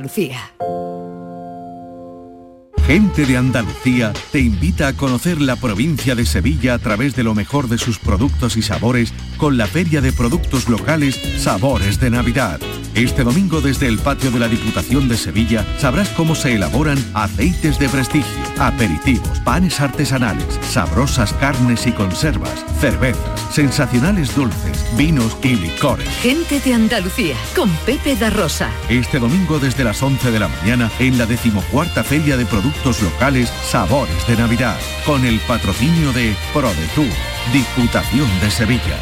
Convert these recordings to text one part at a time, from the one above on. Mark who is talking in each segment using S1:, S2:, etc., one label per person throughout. S1: Andalucía.
S2: Gente de Andalucía te invita a conocer la provincia de Sevilla a través de lo mejor de sus productos y sabores con la Feria de Productos Locales Sabores de Navidad. Este domingo desde el patio de la Diputación de Sevilla sabrás cómo se elaboran aceites de prestigio, aperitivos, panes artesanales, sabrosas carnes y conservas, cervezas, sensacionales dulces, vinos y licores.
S1: Gente de Andalucía con Pepe da Rosa.
S2: Este domingo desde las 11 de la mañana en la decimocuarta Feria de Productos Locales Sabores de Navidad, con el patrocinio de ProDetour, Diputación de Sevilla.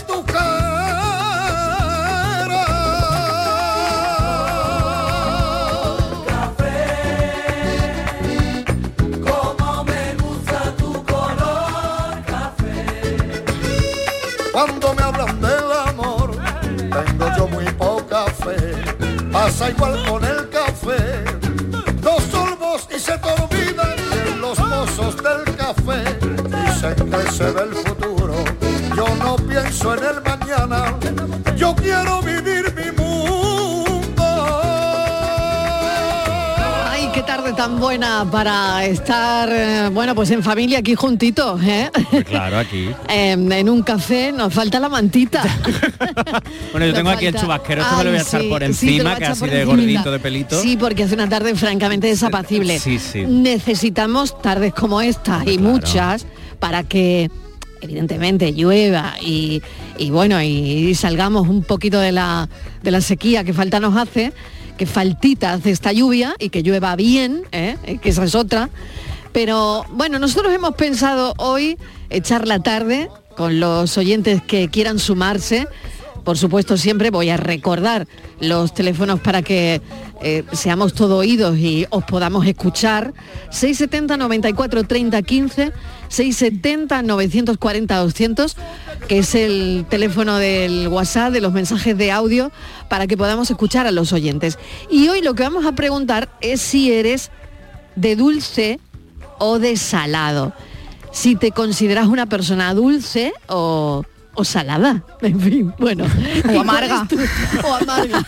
S3: tu
S4: Como me gusta tu color
S3: Cuando me hablan del amor, tengo yo muy poca fe. Pasa igual con el café. Dos sorbos y se te olvidan de los mozos del café. Dicen que se ve el futuro. Yo no pienso en el mañana. Yo quiero vivir mi mundo.
S5: Ay, qué tarde tan buena para estar, eh, bueno, pues en familia aquí juntitos, ¿eh?
S6: Claro, aquí.
S5: Eh, en un café nos falta la mantita.
S6: Bueno, yo
S5: Nos
S6: tengo aquí el
S5: falta-
S6: chubasquero, esto me lo voy a
S5: Ay,
S6: echar
S5: sí,
S6: por
S5: sí, te lo
S6: encima,
S5: vas a echar
S6: casi
S5: por
S6: de
S5: encimita.
S6: gordito de pelito.
S5: Sí, porque hace una tarde francamente desapacible.
S6: Sí, sí.
S5: Necesitamos tardes como esta y muchas para que evidentemente llueva y, y bueno, y salgamos un poquito de la, de la sequía que falta nos hace, que faltita hace esta lluvia y que llueva bien, ¿eh? Eh, que esa es otra. Pero bueno, nosotros hemos pensado hoy echar la tarde con los oyentes que quieran sumarse. Por supuesto, siempre voy a recordar los teléfonos para que eh, seamos todo oídos y os podamos escuchar. 670 94 30 15, 670 940 200, que es el teléfono del WhatsApp, de los mensajes de audio, para que podamos escuchar a los oyentes. Y hoy lo que vamos a preguntar es si eres de dulce o de salado. Si te consideras una persona dulce o, o salada, en fin, bueno. ¿Cuál es
S7: amarga.
S5: tu- o amarga.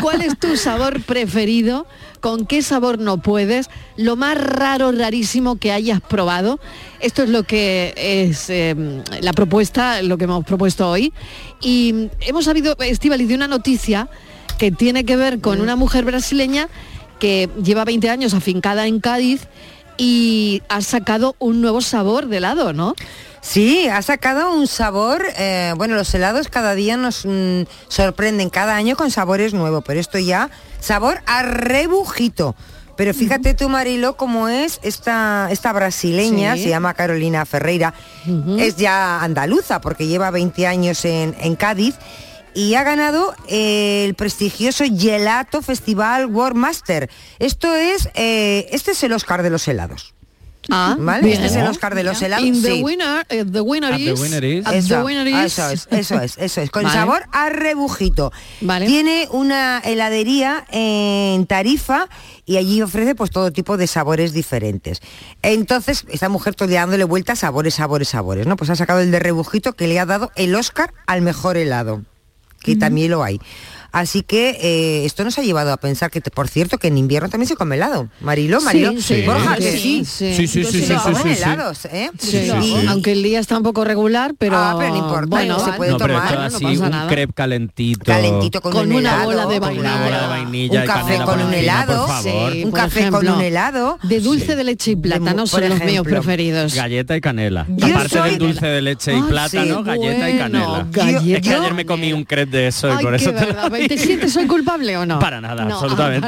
S5: ¿Cuál es tu sabor preferido? ¿Con qué sabor no puedes? Lo más raro, rarísimo que hayas probado. Esto es lo que es eh, la propuesta, lo que hemos propuesto hoy. Y mm, hemos sabido, Estivaliz, de una noticia que tiene que ver con una mujer brasileña que lleva 20 años afincada en Cádiz y ha sacado un nuevo sabor de helado, ¿no?
S7: Sí, ha sacado un sabor, eh, bueno, los helados cada día nos mm, sorprenden, cada año con sabores nuevos, pero esto ya, sabor a rebujito. Pero fíjate tú, Marilo, cómo es esta, esta brasileña,
S8: Sí.
S7: se llama Carolina Ferreira, es ya andaluza porque lleva 20 años en, en Cádiz y ha ganado eh, el prestigioso Gelato Festival World Master. Esto es, eh, este es el Oscar de los helados.
S5: Ah,
S7: ¿Vale?
S5: bien.
S7: Este es el Oscar de los
S5: Mira.
S7: helados.
S5: In the
S7: sí.
S5: winner, eh, the winner
S7: At Ah, the
S5: is-
S7: winner is-
S5: at the
S7: Eso,
S5: winner is-
S7: eso es, eso es, eso es. Con
S5: Vale.
S7: sabor a rebujito. Tiene una heladería en Tarifa y allí ofrece pues todo tipo de sabores diferentes. Entonces, esta mujer todo el día dándole vueltas sabores, sabores, sabores, ¿no? Pues ha sacado el de rebujito que le ha dado el Oscar al mejor helado, que
S5: Mm.
S7: también lo hay. Así que eh, esto nos ha llevado a pensar que, te- por cierto, que en invierno también se come helado. Marilo,
S5: Sí,
S7: Marilo,
S5: sí,
S7: Borja,
S5: sí,
S7: que sí.
S5: sí. Sí, sí,
S7: Yo
S5: sí,
S7: lo
S5: sí,
S7: como
S5: sí,
S7: en
S5: sí.
S7: helados, ¿eh?
S5: Sí,
S7: Y-
S5: sí. aunque el día está un poco regular, pero,
S7: Ah, pero no importa,
S5: bueno,
S7: se puede
S5: no,
S6: no, pero
S7: tomar,
S6: esto
S7: no
S6: así,
S5: pasa
S6: un
S5: nada.
S6: crepe calentito.
S7: Calentito con,
S5: Con
S7: un
S5: una
S7: helado,
S5: bola de
S7: con una
S5: vainilla.
S7: bola de vainilla,
S6: y
S7: un café
S6: canela
S7: con
S6: por
S7: un
S6: encima, por
S7: helado,
S6: favor.
S7: un
S5: por
S7: café
S5: ejemplo,
S7: con un helado.
S5: de dulce de leche y plátano
S7: por
S5: son los míos
S7: ejemplo.
S5: preferidos.
S6: Galleta y canela.
S5: Yo
S6: Aparte
S5: soy-
S6: del dulce de leche y
S5: Ah,
S6: plátano,
S5: sí,
S6: galleta y
S5: bueno,
S6: canela.
S5: galleta.
S6: Es que ayer me comí un crepe de eso y
S5: Ay,
S6: por eso
S5: qué
S6: te lo
S5: verdad,
S6: digo.
S5: ¿Te sientes soy culpable o no?
S6: Para nada,
S5: No,
S6: absolutamente.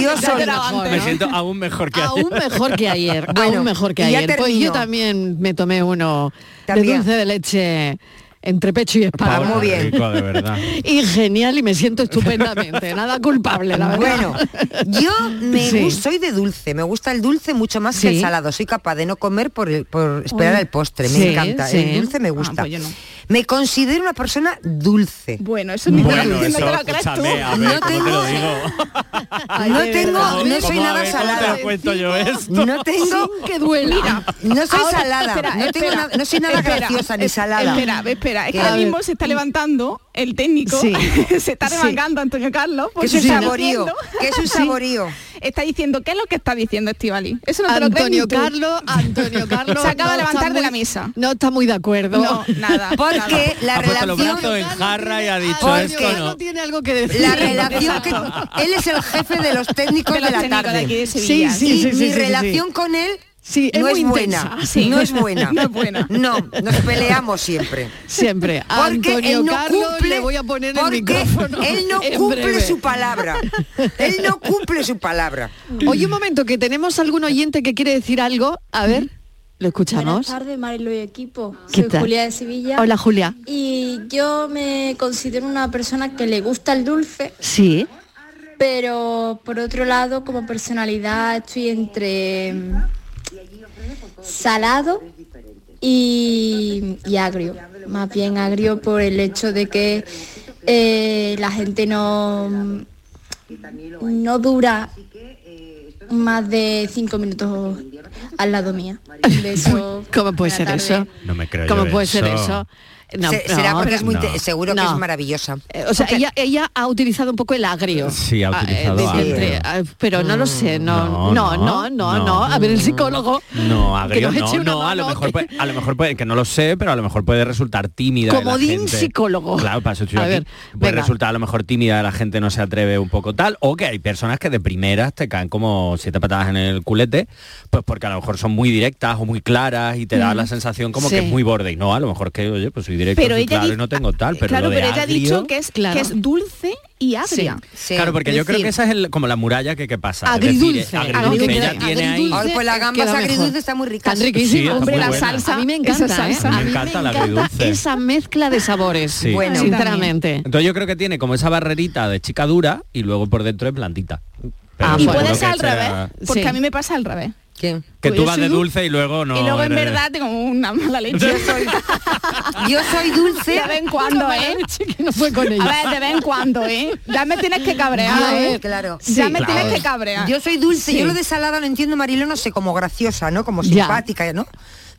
S7: Yo
S5: Ya
S7: soy
S5: te la banco,
S6: Me
S5: ¿no?
S6: siento aún mejor que
S5: Aún
S6: ayer.
S5: mejor que ayer, aún mejor que
S7: y ya
S5: ayer. Pues
S7: termino.
S5: yo también me tomé uno de
S7: También.
S5: dulce de leche entre pecho y espalda.
S6: Pablo, qué rico, de verdad.
S5: Y genial y me siento estupendamente, nada culpable, la verdad.
S7: Bueno, yo me
S5: Sí.
S7: gus- soy de dulce, me gusta el dulce mucho más que
S5: Sí.
S7: el salado. Soy capaz de no comer por, el- por esperar
S5: Uy.
S7: al postre,
S5: Sí,
S7: me encanta.
S5: sí.
S7: El dulce me gusta. Me considero una persona dulce. Bueno, eso
S6: Bueno, eso, escúchame, a ver,
S7: No
S6: ¿cómo te
S7: tengo-
S6: lo digo?
S7: no
S4: de
S7: tengo,
S4: verdad.
S7: no soy
S4: ¿Cómo? A
S7: nada
S4: ver, ¿cómo te
S7: salada.
S4: lo
S6: cuento yo esto?
S7: No tengo
S4: Sin que duela.
S7: Mira, no soy
S4: ahora-
S7: salada,
S4: espera,
S7: no, tengo
S4: espera,
S7: nada- no soy nada
S4: espera,
S7: graciosa ni
S4: es-
S7: salada.
S4: Espera, espera, es que
S7: A
S4: ahora
S7: ver.
S4: mismo se está levantando el técnico,
S7: Sí.
S4: se está
S7: Sí.
S4: remangando Antonio Carlos. porque
S7: es un
S4: está
S7: saborío,
S4: diciendo-
S7: que es un
S4: Sí.
S7: saborío.
S4: Está diciendo, ¿qué es lo que está diciendo Estivali? Eso no te lo crees ni
S5: Antonio
S4: tú.
S5: Carlos, Antonio Carlos.
S4: Se acaba de
S5: no está
S4: levantar de
S5: muy-
S4: la mesa.
S5: No está muy de acuerdo.
S4: No, nada.
S7: Porque la
S6: ha puesto los
S7: relación-
S6: brazos pues, en jarra y ha dicho
S7: Porque-
S6: esto no.
S5: Tiene algo que decir.
S7: La relación que él es el jefe de los técnicos
S4: De
S7: de,
S4: los
S7: la
S4: técnicos
S7: tarde.
S4: de aquí de Sevilla.
S7: Sí,
S4: Sí,
S7: sí,
S4: sí, sí,
S7: mi
S4: sí,
S7: relación
S4: sí.
S7: con él
S5: Sí, es
S7: no es,
S5: muy
S7: buena.
S5: intensa. Sí.
S7: No es buena.
S5: No es buena.
S7: No, nos peleamos siempre.
S5: Siempre. A
S7: Porque
S5: Antonio
S7: él no
S5: Carlos
S7: cumple,
S5: le voy a poner el
S7: porque
S5: micrófono.
S7: él no
S5: en
S7: cumple
S5: breve.
S7: su palabra. Él no cumple su palabra.
S5: Mm. Oye, un momento, que tenemos algún oyente que quiere decir algo. A ver, lo escuchamos.
S9: Buenas tardes, Marilo y equipo.
S5: ¿Qué
S9: Soy
S5: tal?
S9: Julia de Sevilla.
S5: Hola, Julia.
S9: Y yo me considero una persona que le gusta el dulce,
S5: Sí.
S9: pero por otro lado, como personalidad, estoy entre mm, salado y, y agrio. Más bien agrio por el hecho de que eh, la gente no, mm, no dura más de cinco minutos al lado mía. De eso
S5: ¿Cómo puede ser eso?
S6: No me creo
S5: ¿Cómo
S6: yo
S5: puede ser
S6: eso.
S5: eso? No,
S7: Se- será
S5: no,
S7: porque es muy
S5: no.
S7: inte- seguro que
S5: No.
S7: es maravillosa.
S5: Eh, O sea, ella, ella ha utilizado un poco el agrio.
S6: Sí, ha
S5: Ah, eh,
S6: utilizado
S5: de-
S6: agrio.
S5: de- ah, pero no lo sé, no, no, no, no, no, A ver, el psicólogo.
S6: No, agrio,
S5: nos eche
S6: no,
S5: una
S6: no, a lo mejor puede, a lo mejor puede, que no lo sé, pero a lo mejor puede resultar tímida. de la
S5: Comodín
S6: gente.
S5: psicólogo.
S6: Claro, para eso estoy
S5: A
S6: aquí.
S5: ver,
S6: puede
S5: venga.
S6: resultar a lo mejor tímida, la gente no se atreve un poco tal, o que hay personas que de primeras te caen como siete patadas en el culete, pues porque a lo mejor son muy directas o muy claras y te da
S4: Mm.
S6: la sensación como
S4: Sí.
S6: que es muy borde. Y no, a lo mejor que, oye, pues soy directo,
S4: Pero
S6: soy
S4: ella
S6: claro
S4: dice-
S6: y no tengo
S8: ah,
S6: tal, pero
S4: claro,
S6: lo de
S4: pero ella ha dicho
S6: agrio-
S4: que es, que es dulce y agria.
S6: claro, porque yo creo que esa es el- como la muralla que, que pasa. es decir,
S4: Agridulce.
S6: agridulce,
S4: Agridulce.
S6: ella tiene ahí-
S7: Ay, pues la gamba
S5: queda
S7: agridulce
S5: mejor.
S7: está muy rica.
S5: Tan riquísima.
S6: Sí, está
S5: hombre,
S6: muy
S5: la
S6: buena.
S5: salsa. A mí me encanta,
S6: Esa
S5: ¿eh?
S6: salsa.
S5: A
S6: Me
S5: mí
S6: encanta
S5: me
S6: la
S5: encanta
S6: agridulce.
S5: esa mezcla de sabores,
S6: Sí. Bueno.
S5: sinceramente.
S6: Entonces yo creo que tiene como esa barrerita de chica dura y luego por dentro es blandita.
S8: Ah,
S6: Pero
S8: pues
S4: y
S6: seguro
S4: puede
S6: que
S4: ser al
S6: sea-
S4: revés, porque a mí me pasa al revés.
S6: Que
S4: Pues
S6: tú
S4: yo
S6: vas
S4: soy
S6: de
S4: dul-
S6: dulce y luego no.
S4: y luego en
S6: eres-
S4: verdad tengo una mala leche. Yo soy,
S7: dulce.
S4: De vez en cuando, ¿eh?
S5: con ella.
S4: A ver, de vez en cuando, ¿eh? Ya me tienes que cabrear,
S7: Ya,
S4: ¿eh?
S7: Ah, Claro.
S4: Ya me
S7: Sí.
S4: tienes que cabrear.
S7: Yo soy dulce,
S4: Sí.
S7: yo lo de salada lo entiendo, Marilo, no sé, como graciosa, ¿no? Como
S4: Ya.
S7: simpática, ¿no?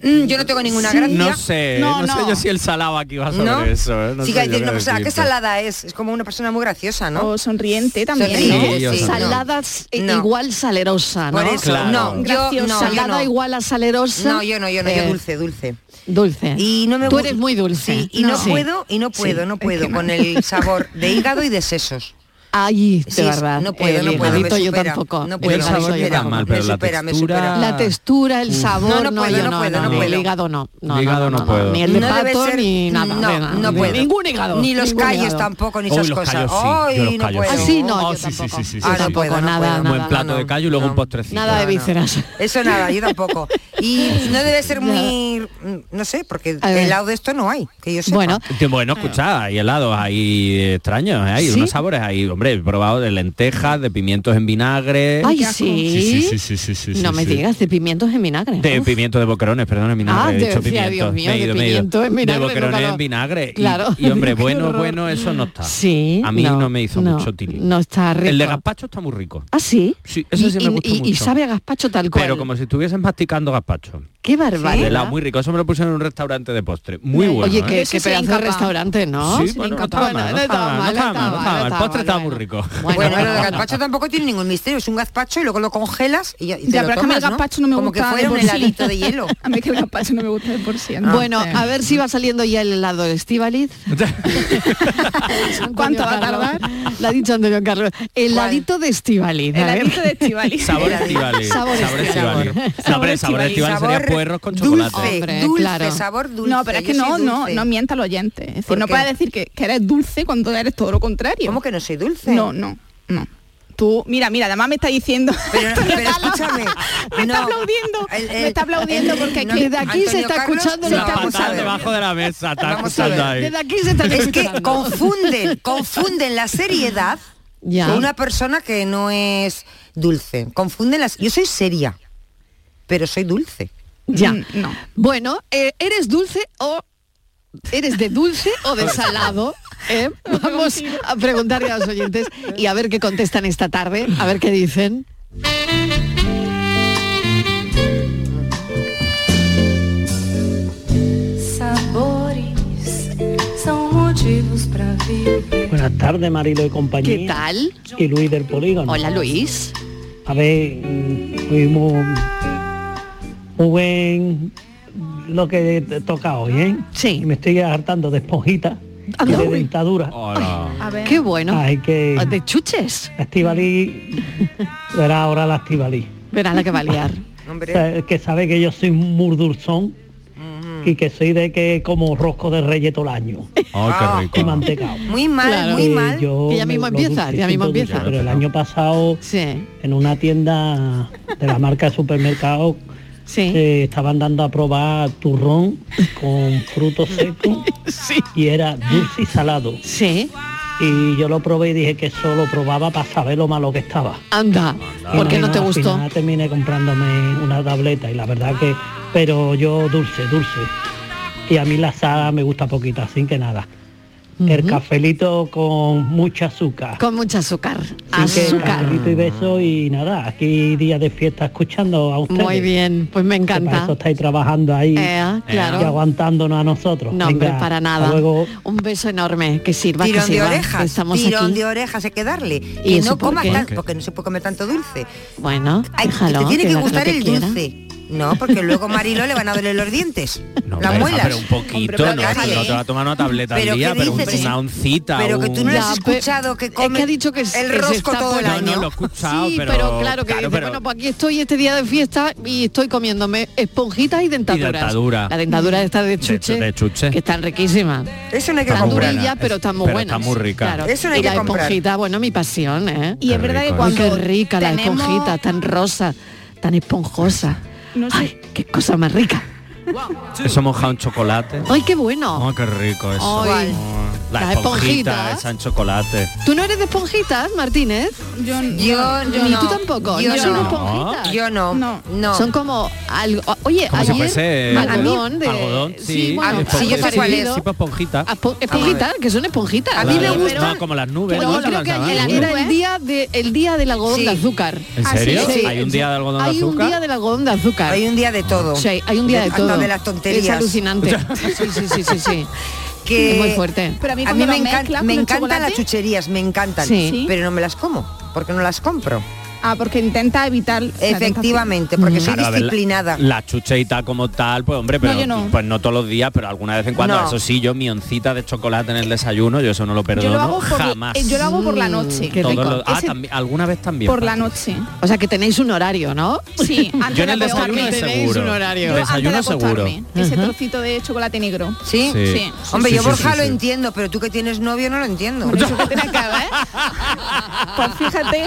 S7: Mm, yo no tengo ninguna
S6: Sí.
S7: gracia.
S6: No sé, no, sé yo si el salado aquí va a saber
S7: ¿No?
S6: eso. ¿eh? No
S7: sí,
S6: sé
S7: que hay
S6: yo
S7: que-
S6: qué
S7: una persona, qué
S6: decirte.
S7: salada es, es como una persona muy graciosa, ¿no? O
S8: sonriente
S5: también,
S6: ¿no? Sí, yo
S5: Saladas eh, igual salerosa, ¿no?
S7: Por eso, Claro. no, yo-
S5: Graciosa.
S7: no, yo
S5: Salada
S7: no.
S5: igual a salerosa.
S7: No, yo no, yo no, yo
S5: Eh,
S7: dulce, dulce.
S5: Dulce.
S7: Y no me
S5: Tú
S7: gu-
S5: eres muy dulce.
S7: Y no,
S5: Sí.
S7: puedo, y no
S5: Sí.
S7: puedo, no
S5: Es
S7: puedo
S5: que no.
S7: con el sabor de hígado y de sesos.
S5: Ay, de
S7: Sí, es-
S5: verdad.
S7: no puedo, no
S5: el
S7: puedo, me
S5: hígadito yo
S7: supera,
S5: tampoco.
S7: no
S5: el
S7: puedo,
S6: El
S5: hígado
S6: sabor
S5: yo
S6: no está
S5: tampoco.
S6: mal, pero
S7: Me
S6: la
S7: supera, me
S6: textura...
S7: supera.
S5: La textura, el sabor,
S7: no
S5: no,
S7: puedo,
S5: yo
S7: no
S5: no,
S7: puedo,
S5: no,
S7: no
S5: no,
S7: puedo.
S5: el hígado no, no,
S6: De hígado no puedo.
S5: ni el de
S7: No debe
S5: pato
S7: ser-
S5: ni nada,
S7: no,
S5: venga,
S7: no
S5: ni-
S7: puedo.
S5: ningún hígado,
S7: Ni los
S5: ningún
S7: callos
S5: hígado.
S7: tampoco, ni
S6: Uy,
S7: esas
S6: los
S7: cosas.
S6: callos sí,
S7: Ay,
S6: yo los
S7: no
S6: callos
S7: puedo.
S6: sí.
S5: Así no,
S6: Ah,
S5: yo
S6: sí, sí, sí, sí,
S5: Yo
S6: sí.
S5: tampoco,
S6: Un
S5: nada, nada,
S6: buen plato
S5: no,
S6: de callo y luego un postrecito.
S5: Nada de vísceras.
S7: Eso nada, yo tampoco. Y no debe ser muy, no sé, porque
S5: A ver.
S7: helado de esto no hay, que yo sepa.
S5: Bueno,
S6: Que bueno, escucha, hay helados, hay extraños, ¿eh? hay
S5: Ah. ¿Sí?
S6: unos sabores, hay, hombre, he probado de lentejas, de pimientos en vinagre.
S5: Ay,
S6: Sí, sí, sí, sí, sí, sí,
S5: no
S6: sí,
S5: me
S6: sí.
S5: digas de pimientos en vinagre.
S6: De pimiento de boquerones, perdón, en vinagre.
S5: Ah,
S6: he
S5: te
S6: dicho
S5: decía,
S6: pimiento.
S5: Dios mío,
S6: me he
S5: de
S6: ido, me he ido.
S5: pimiento en vinagre,
S6: De boquerones
S5: nunca lo-
S6: en vinagre. Y-
S5: Claro.
S6: Y, hombre,
S5: Qué
S6: bueno,
S5: horror.
S6: bueno, eso no está.
S5: Sí.
S6: A mí no, me hizo
S5: no,
S6: mucho tilín.
S5: No está rico.
S6: El de gazpacho está muy rico.
S5: Ah, sí.
S6: Sí, ese
S5: y,
S6: sí me
S5: y-
S6: gustó
S5: y- y
S6: mucho.
S5: sabe a gazpacho tal cual.
S6: Pero como si estuvieses masticando gazpacho. De
S5: Qué barbaridad.
S6: lado, muy rico. Eso me lo pusieron en un restaurante de postre. Muy bueno.
S5: Oye,
S6: ¿eh?
S5: qué, qué pedazo de restaurante, ¿no?
S6: Sí, bueno, no estaba mal, no estaba mal, no estaba mal, no estaba mal. El postre estaba muy rico.
S7: Bueno, pero el gazpacho tampoco tiene ningún misterio, es un gazpacho y luego lo congelas y, ya- y te
S8: Ya,
S7: lo
S8: pero es que a mí el
S7: tomas, ¿no?
S8: gazpacho no me
S7: Como
S8: gusta
S7: que
S8: de
S7: fuera un
S8: por sí.
S7: heladito de hielo. Ah,
S8: A mí que el gazpacho no me gusta de por sí.
S5: Bueno, a ver si va saliendo ya el helado de Estivaliz.
S8: ¿Cuánto va a
S5: tardar? Lo ha dicho Antonio Carlos. Heladito de Estivaliz.
S8: Heladito de Estivaliz.
S6: Sabor estivales.
S5: Sabor
S6: Sabor
S5: estivales.
S6: estivales. No, hombre, sabor estivales sería
S5: Sabor
S6: puerros con chocolate.
S7: dulce, sabor dulce,
S8: No, pero es que
S7: yo soy
S8: no, no,
S7: dulce.
S8: no mienta al oyente. Es decir,
S7: ¿Por
S8: no
S7: qué?
S8: puedes decir que, que eres dulce cuando eres todo lo contrario. ¿Cómo
S7: que no soy dulce?
S8: No, no, no. Tú, mira, mira, además me está diciendo.
S7: Pero, pero escúchame.
S8: me está
S7: no,
S8: aplaudiendo.
S7: el-
S8: me está
S7: el-
S8: aplaudiendo porque es
S7: no,
S8: que
S7: desde aquí se está escuchando, se
S6: La
S7: está
S6: patada
S7: escuchando.
S6: debajo de la mesa. Está
S7: Vamos a
S6: escuchando
S7: ver.
S6: ahí.
S5: aquí se están
S7: Es que
S5: escuchando.
S7: confunden, confunden la seriedad
S5: Ya.
S7: con una persona que no es dulce. Confunden las. Yo soy seria, pero soy dulce.
S5: Ya. Bueno, eh, ¿eres dulce o eres de dulce o de salado? ¿Eh? Vamos a preguntarle a los oyentes y a ver qué contestan esta tarde, a ver qué dicen.
S10: Sabores são motivos para viver.
S11: Buenas tardes, Marilo y compañía. ¿Qué tal? Y Luis del Polígono.
S5: Hola, Luis.
S11: A ver, mm, tuvimos muy buen lo que te toca hoy, ¿eh? Sí. me estoy hartando de esponjita
S5: Ah,
S11: y de dentadura.
S5: Qué bueno.
S11: Hay que...
S5: ah, De chuches.
S11: La Estivali, verá ahora la Estivali.
S5: Verá la que va a liar.
S11: O sea, que sabe que yo soy un murdurzón y que soy de que como rosco de reyes todo el año.
S6: Ah,
S11: Y mantecado.
S7: Muy mal, muy
S11: Eh,
S7: mal.
S11: yo
S5: Que ya
S11: me- lo
S5: mismo empieza,
S11: dulce,
S5: ya mismo
S11: siento dulce,
S5: empieza.
S11: Pero el año pasado, en una tienda de la marca de supermercado, se estaban dando a probar turrón con frutos secos y era dulce y salado.
S5: Sí.
S11: Y yo lo probé y dije que eso lo probaba para saber lo malo que estaba.
S5: Anda,
S11: Y
S5: ¿por qué no
S11: nada,
S5: te
S11: al
S5: gustó?
S11: final terminé comprándome una tableta y la verdad que, pero yo dulce, dulce. Y a mí la sala me gusta poquita, así que nada. El cafelito con mucha azúcar.
S5: Con mucha azúcar.
S11: Así que
S5: Azúcar.
S11: cafelito y beso y nada, aquí día de fiesta escuchando a ustedes.
S5: Muy bien, pues me
S11: Que para
S5: encanta.
S11: eso estáis trabajando ahí
S5: Eh, claro.
S11: y aguantándonos a nosotros.
S5: No, hombre,
S11: Venga,
S5: para
S11: hasta
S5: nada.
S11: Luego
S5: Un beso enorme, que sirva,
S7: tirón
S5: que
S7: de
S5: sirva. que
S7: orejas,
S5: Estamos
S7: tirón
S5: aquí.
S7: de orejas hay que darle.
S5: ¿Y
S7: que
S5: eso
S7: no
S5: por
S7: comas
S5: qué?
S7: tan- porque no se puede comer tanto dulce.
S5: Bueno,
S7: Ay,
S5: déjalo,
S7: te tiene que
S5: haga lo
S7: gustar el
S5: quiera.
S7: dulce. No, porque luego Marilo le van a doler los dientes. las
S6: Hombre,
S7: muelas.
S6: Pero un poquito,
S7: pero
S6: no,
S7: déjale,
S6: no
S7: ¿eh?
S6: te va a tomar una tableta
S7: Pero
S6: al día,
S7: ¿qué
S6: pero un-
S7: dices?
S6: una oncita.
S7: Pero que tú no
S6: un-
S7: le has escuchado que come
S5: ha dicho que es- que
S7: el
S5: se
S7: rosco
S5: está
S7: todo el
S5: poniendo-
S7: año.
S6: No, lo he escuchado,
S5: Sí, pero,
S6: pero,
S5: claro que dice,
S6: pero-
S5: bueno, pues aquí estoy este día de fiesta y estoy comiéndome esponjitas y dentaduras.
S6: dentadura.
S5: La dentadura esta de chuche,
S6: de chuche.
S5: que están riquísimas.
S7: Eso no
S6: hay que
S5: están
S6: comprar.
S5: durillas, pero están muy
S6: Pero
S5: buenas.
S6: está muy rica. Eso no hay
S5: y
S6: que
S5: la
S6: comprar.
S5: esponjita, bueno, mi pasión, ¿eh?
S8: Y es Qué verdad que rico, ¿eh?
S5: Uy, qué
S8: cuando
S5: rica la
S8: tenemos-
S5: esponjita, tan rosa, tan esponjosa. Ay, qué cosa más rica.
S6: Eso mojado en chocolate.
S5: Ay, qué bueno.
S6: Oh, qué rico eso.
S5: Ay.
S6: Oh, La
S5: Las
S6: esponjita,
S5: esponjitas.
S6: esa en chocolate.
S5: ¿Tú no eres de esponjitas, Martínez?
S8: Yo,
S7: Yo
S5: Ni
S7: no.
S5: tú tampoco.
S7: Yo
S5: no, son
S7: no.
S5: esponjitas.
S7: Yo no. No.
S5: Son como algo. Oye,
S6: Como
S5: ayer,
S6: si fuese eh,
S5: algodón de.
S6: algodón, Ah, sí.
S5: bueno,
S6: esponjita,
S5: sí, yo sé cuál es.
S6: Sí, pues ah, esponjita.
S5: Po- Esponjitas, que son esponjitas.
S6: Claro, no, como las nubes.
S5: Pero
S6: ¿no?
S5: yo creo
S6: Las
S5: que
S6: llamaban, ¿no?
S5: era el día, de, el día del algodón de azúcar.
S8: Ah,
S6: ¿En
S5: Así
S6: serio?
S5: es. Sí.
S6: Hay un día de algodón de
S5: Hay un
S6: azúcar.
S5: día del algodón de azúcar.
S7: Hay un día de todo.
S5: Sí, hay un día de,
S7: De-
S5: todo.
S7: hasta de las tonterías.
S5: Es alucinante. sí, sí, sí, sí, sí.
S7: que
S5: Es muy fuerte.
S8: Pero a mí
S7: a
S8: cuando
S7: mí me,
S8: lo
S7: encan-
S8: mezclas
S7: me
S8: con el
S7: encantan las
S8: chocolate-
S7: chucherías, me encantan,
S8: Sí. Sí.
S7: pero no me las como porque no las compro.
S8: Ah, porque intenta evitar... la
S7: Efectivamente,
S8: tentación.
S7: porque soy
S6: Claro, a ver, la-
S7: disciplinada.
S6: La, chucheita como tal, pues hombre, pero
S8: No, yo no.
S6: pues no todos los días, pero alguna vez en cuando.
S8: No.
S6: Eso sí, yo mi oncita de chocolate en el desayuno, yo eso no lo perdono
S8: Yo lo hago por,
S6: jamás.
S8: eh, yo lo hago por
S7: Mm,
S8: la noche.
S6: Todos los- ah,
S8: Ese-
S6: también- alguna vez también.
S8: por la noche.
S5: O sea que tenéis un horario, ¿no?
S8: Sí, antes
S6: Yo en el
S8: de
S6: desayuno
S8: acostarme.
S6: es seguro.
S5: un horario.
S8: Yo
S6: Desayuno
S8: antes de acostarme,
S6: seguro.
S8: Ese
S6: Ajá.
S8: trocito de chocolate negro.
S7: ¿Sí?
S6: Sí.
S7: Hombre,
S6: Sí,
S7: yo
S6: sí,
S7: Borja
S6: sí,
S7: lo
S6: sí.
S7: entiendo, pero tú que tienes novio no lo entiendo.
S8: ¿eh? Pues fíjate,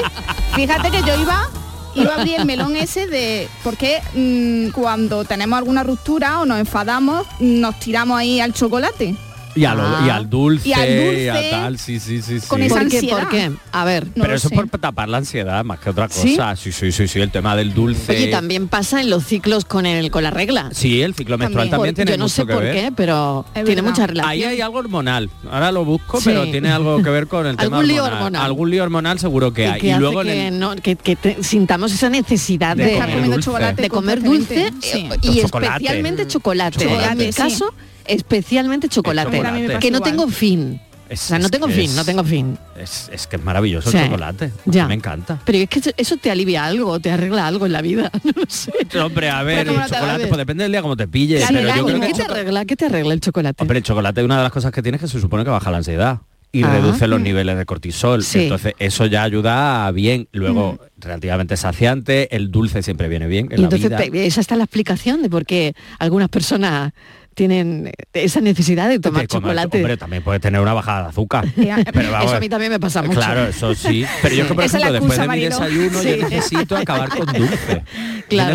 S8: fíjate que yo iba iba a abrir el melón ese de porque mm, cuando tenemos alguna ruptura o nos enfadamos, nos tiramos ahí al chocolate.
S6: Y, a lo-
S5: Ah.
S6: y al dulce,
S8: Y al dulce,
S6: y a tal, sí, sí, sí. sí.
S5: ¿Por qué? ¿Por qué? A ver.
S6: pero eso es por tapar la ansiedad más que otra
S5: ¿Sí?
S6: cosa. Sí, sí, sí, sí, el tema del dulce.
S5: Oye, también pasa en los ciclos con el con la regla.
S6: Sí, el ciclo menstrual
S5: Por-
S6: también tiene
S5: yo no
S6: mucho
S5: sé
S6: que
S5: por
S6: ver.
S5: qué, pero tiene mucha relación.
S6: Ahí hay algo hormonal. Ahora lo busco,
S5: Sí.
S6: pero tiene algo que ver con el tema
S5: Algún lío
S6: hormonal.
S5: hormonal.
S6: Algún lío hormonal seguro que
S5: que,
S6: hay.
S5: que
S6: y
S5: hace
S6: luego en
S5: que,
S6: el-
S5: no- que- que te- sintamos esa necesidad
S6: De
S5: de,
S6: comer Estar comiendo dulce. chocolate
S5: de comer dulce
S8: constantemente.
S5: eh,
S6: Sí.
S5: y
S6: Chocolate.
S5: especialmente chocolate.
S6: Chocolate,
S5: En mi
S6: sí.
S5: caso, especialmente chocolate.
S6: El chocolate.
S5: Que no tengo fin.
S6: Es-
S5: o sea, no
S6: es
S5: tengo
S6: que
S5: fin,
S6: es-
S5: no tengo fin.
S6: es, es que es maravilloso
S5: Sí.
S6: el chocolate.
S5: Ya.
S6: Me encanta.
S5: Pero es que eso- eso te alivia algo, te arregla algo en la vida. No lo sé.
S6: No, hombre, a ver,
S5: Pero
S6: el
S5: ¿cómo te va a
S6: chocolate,
S5: ver?
S6: pues depende del día como te pille.
S5: Claro,
S6: pero yo creo que
S5: ¿Qué te arregla? ¿Qué te arregla el chocolate?
S6: Hombre, el chocolate es una de las cosas que tienes que se supone que baja la ansiedad y
S5: Ah.
S6: reduce los niveles de cortisol.
S5: Sí.
S6: Entonces, eso ya ayuda bien. Luego, relativamente saciante, el dulce siempre viene bien en
S5: y
S6: la
S5: entonces
S6: vida.
S5: te- esa está la explicación de por qué algunas personas tienen esa necesidad de tomar
S6: Te comas-
S5: chocolate.
S6: Hombre, también puedes tener una bajada de azúcar. Pero vamos, eh,
S5: eso a mí también me pasa mucho.
S6: Claro, eso sí. Pero yo es que, por
S5: Esa es la
S6: ejemplo, después de
S5: excusa,
S6: mi
S5: Mariló.
S6: desayuno, yo
S5: Sí.
S6: necesito acabar con dulce.
S5: Claro.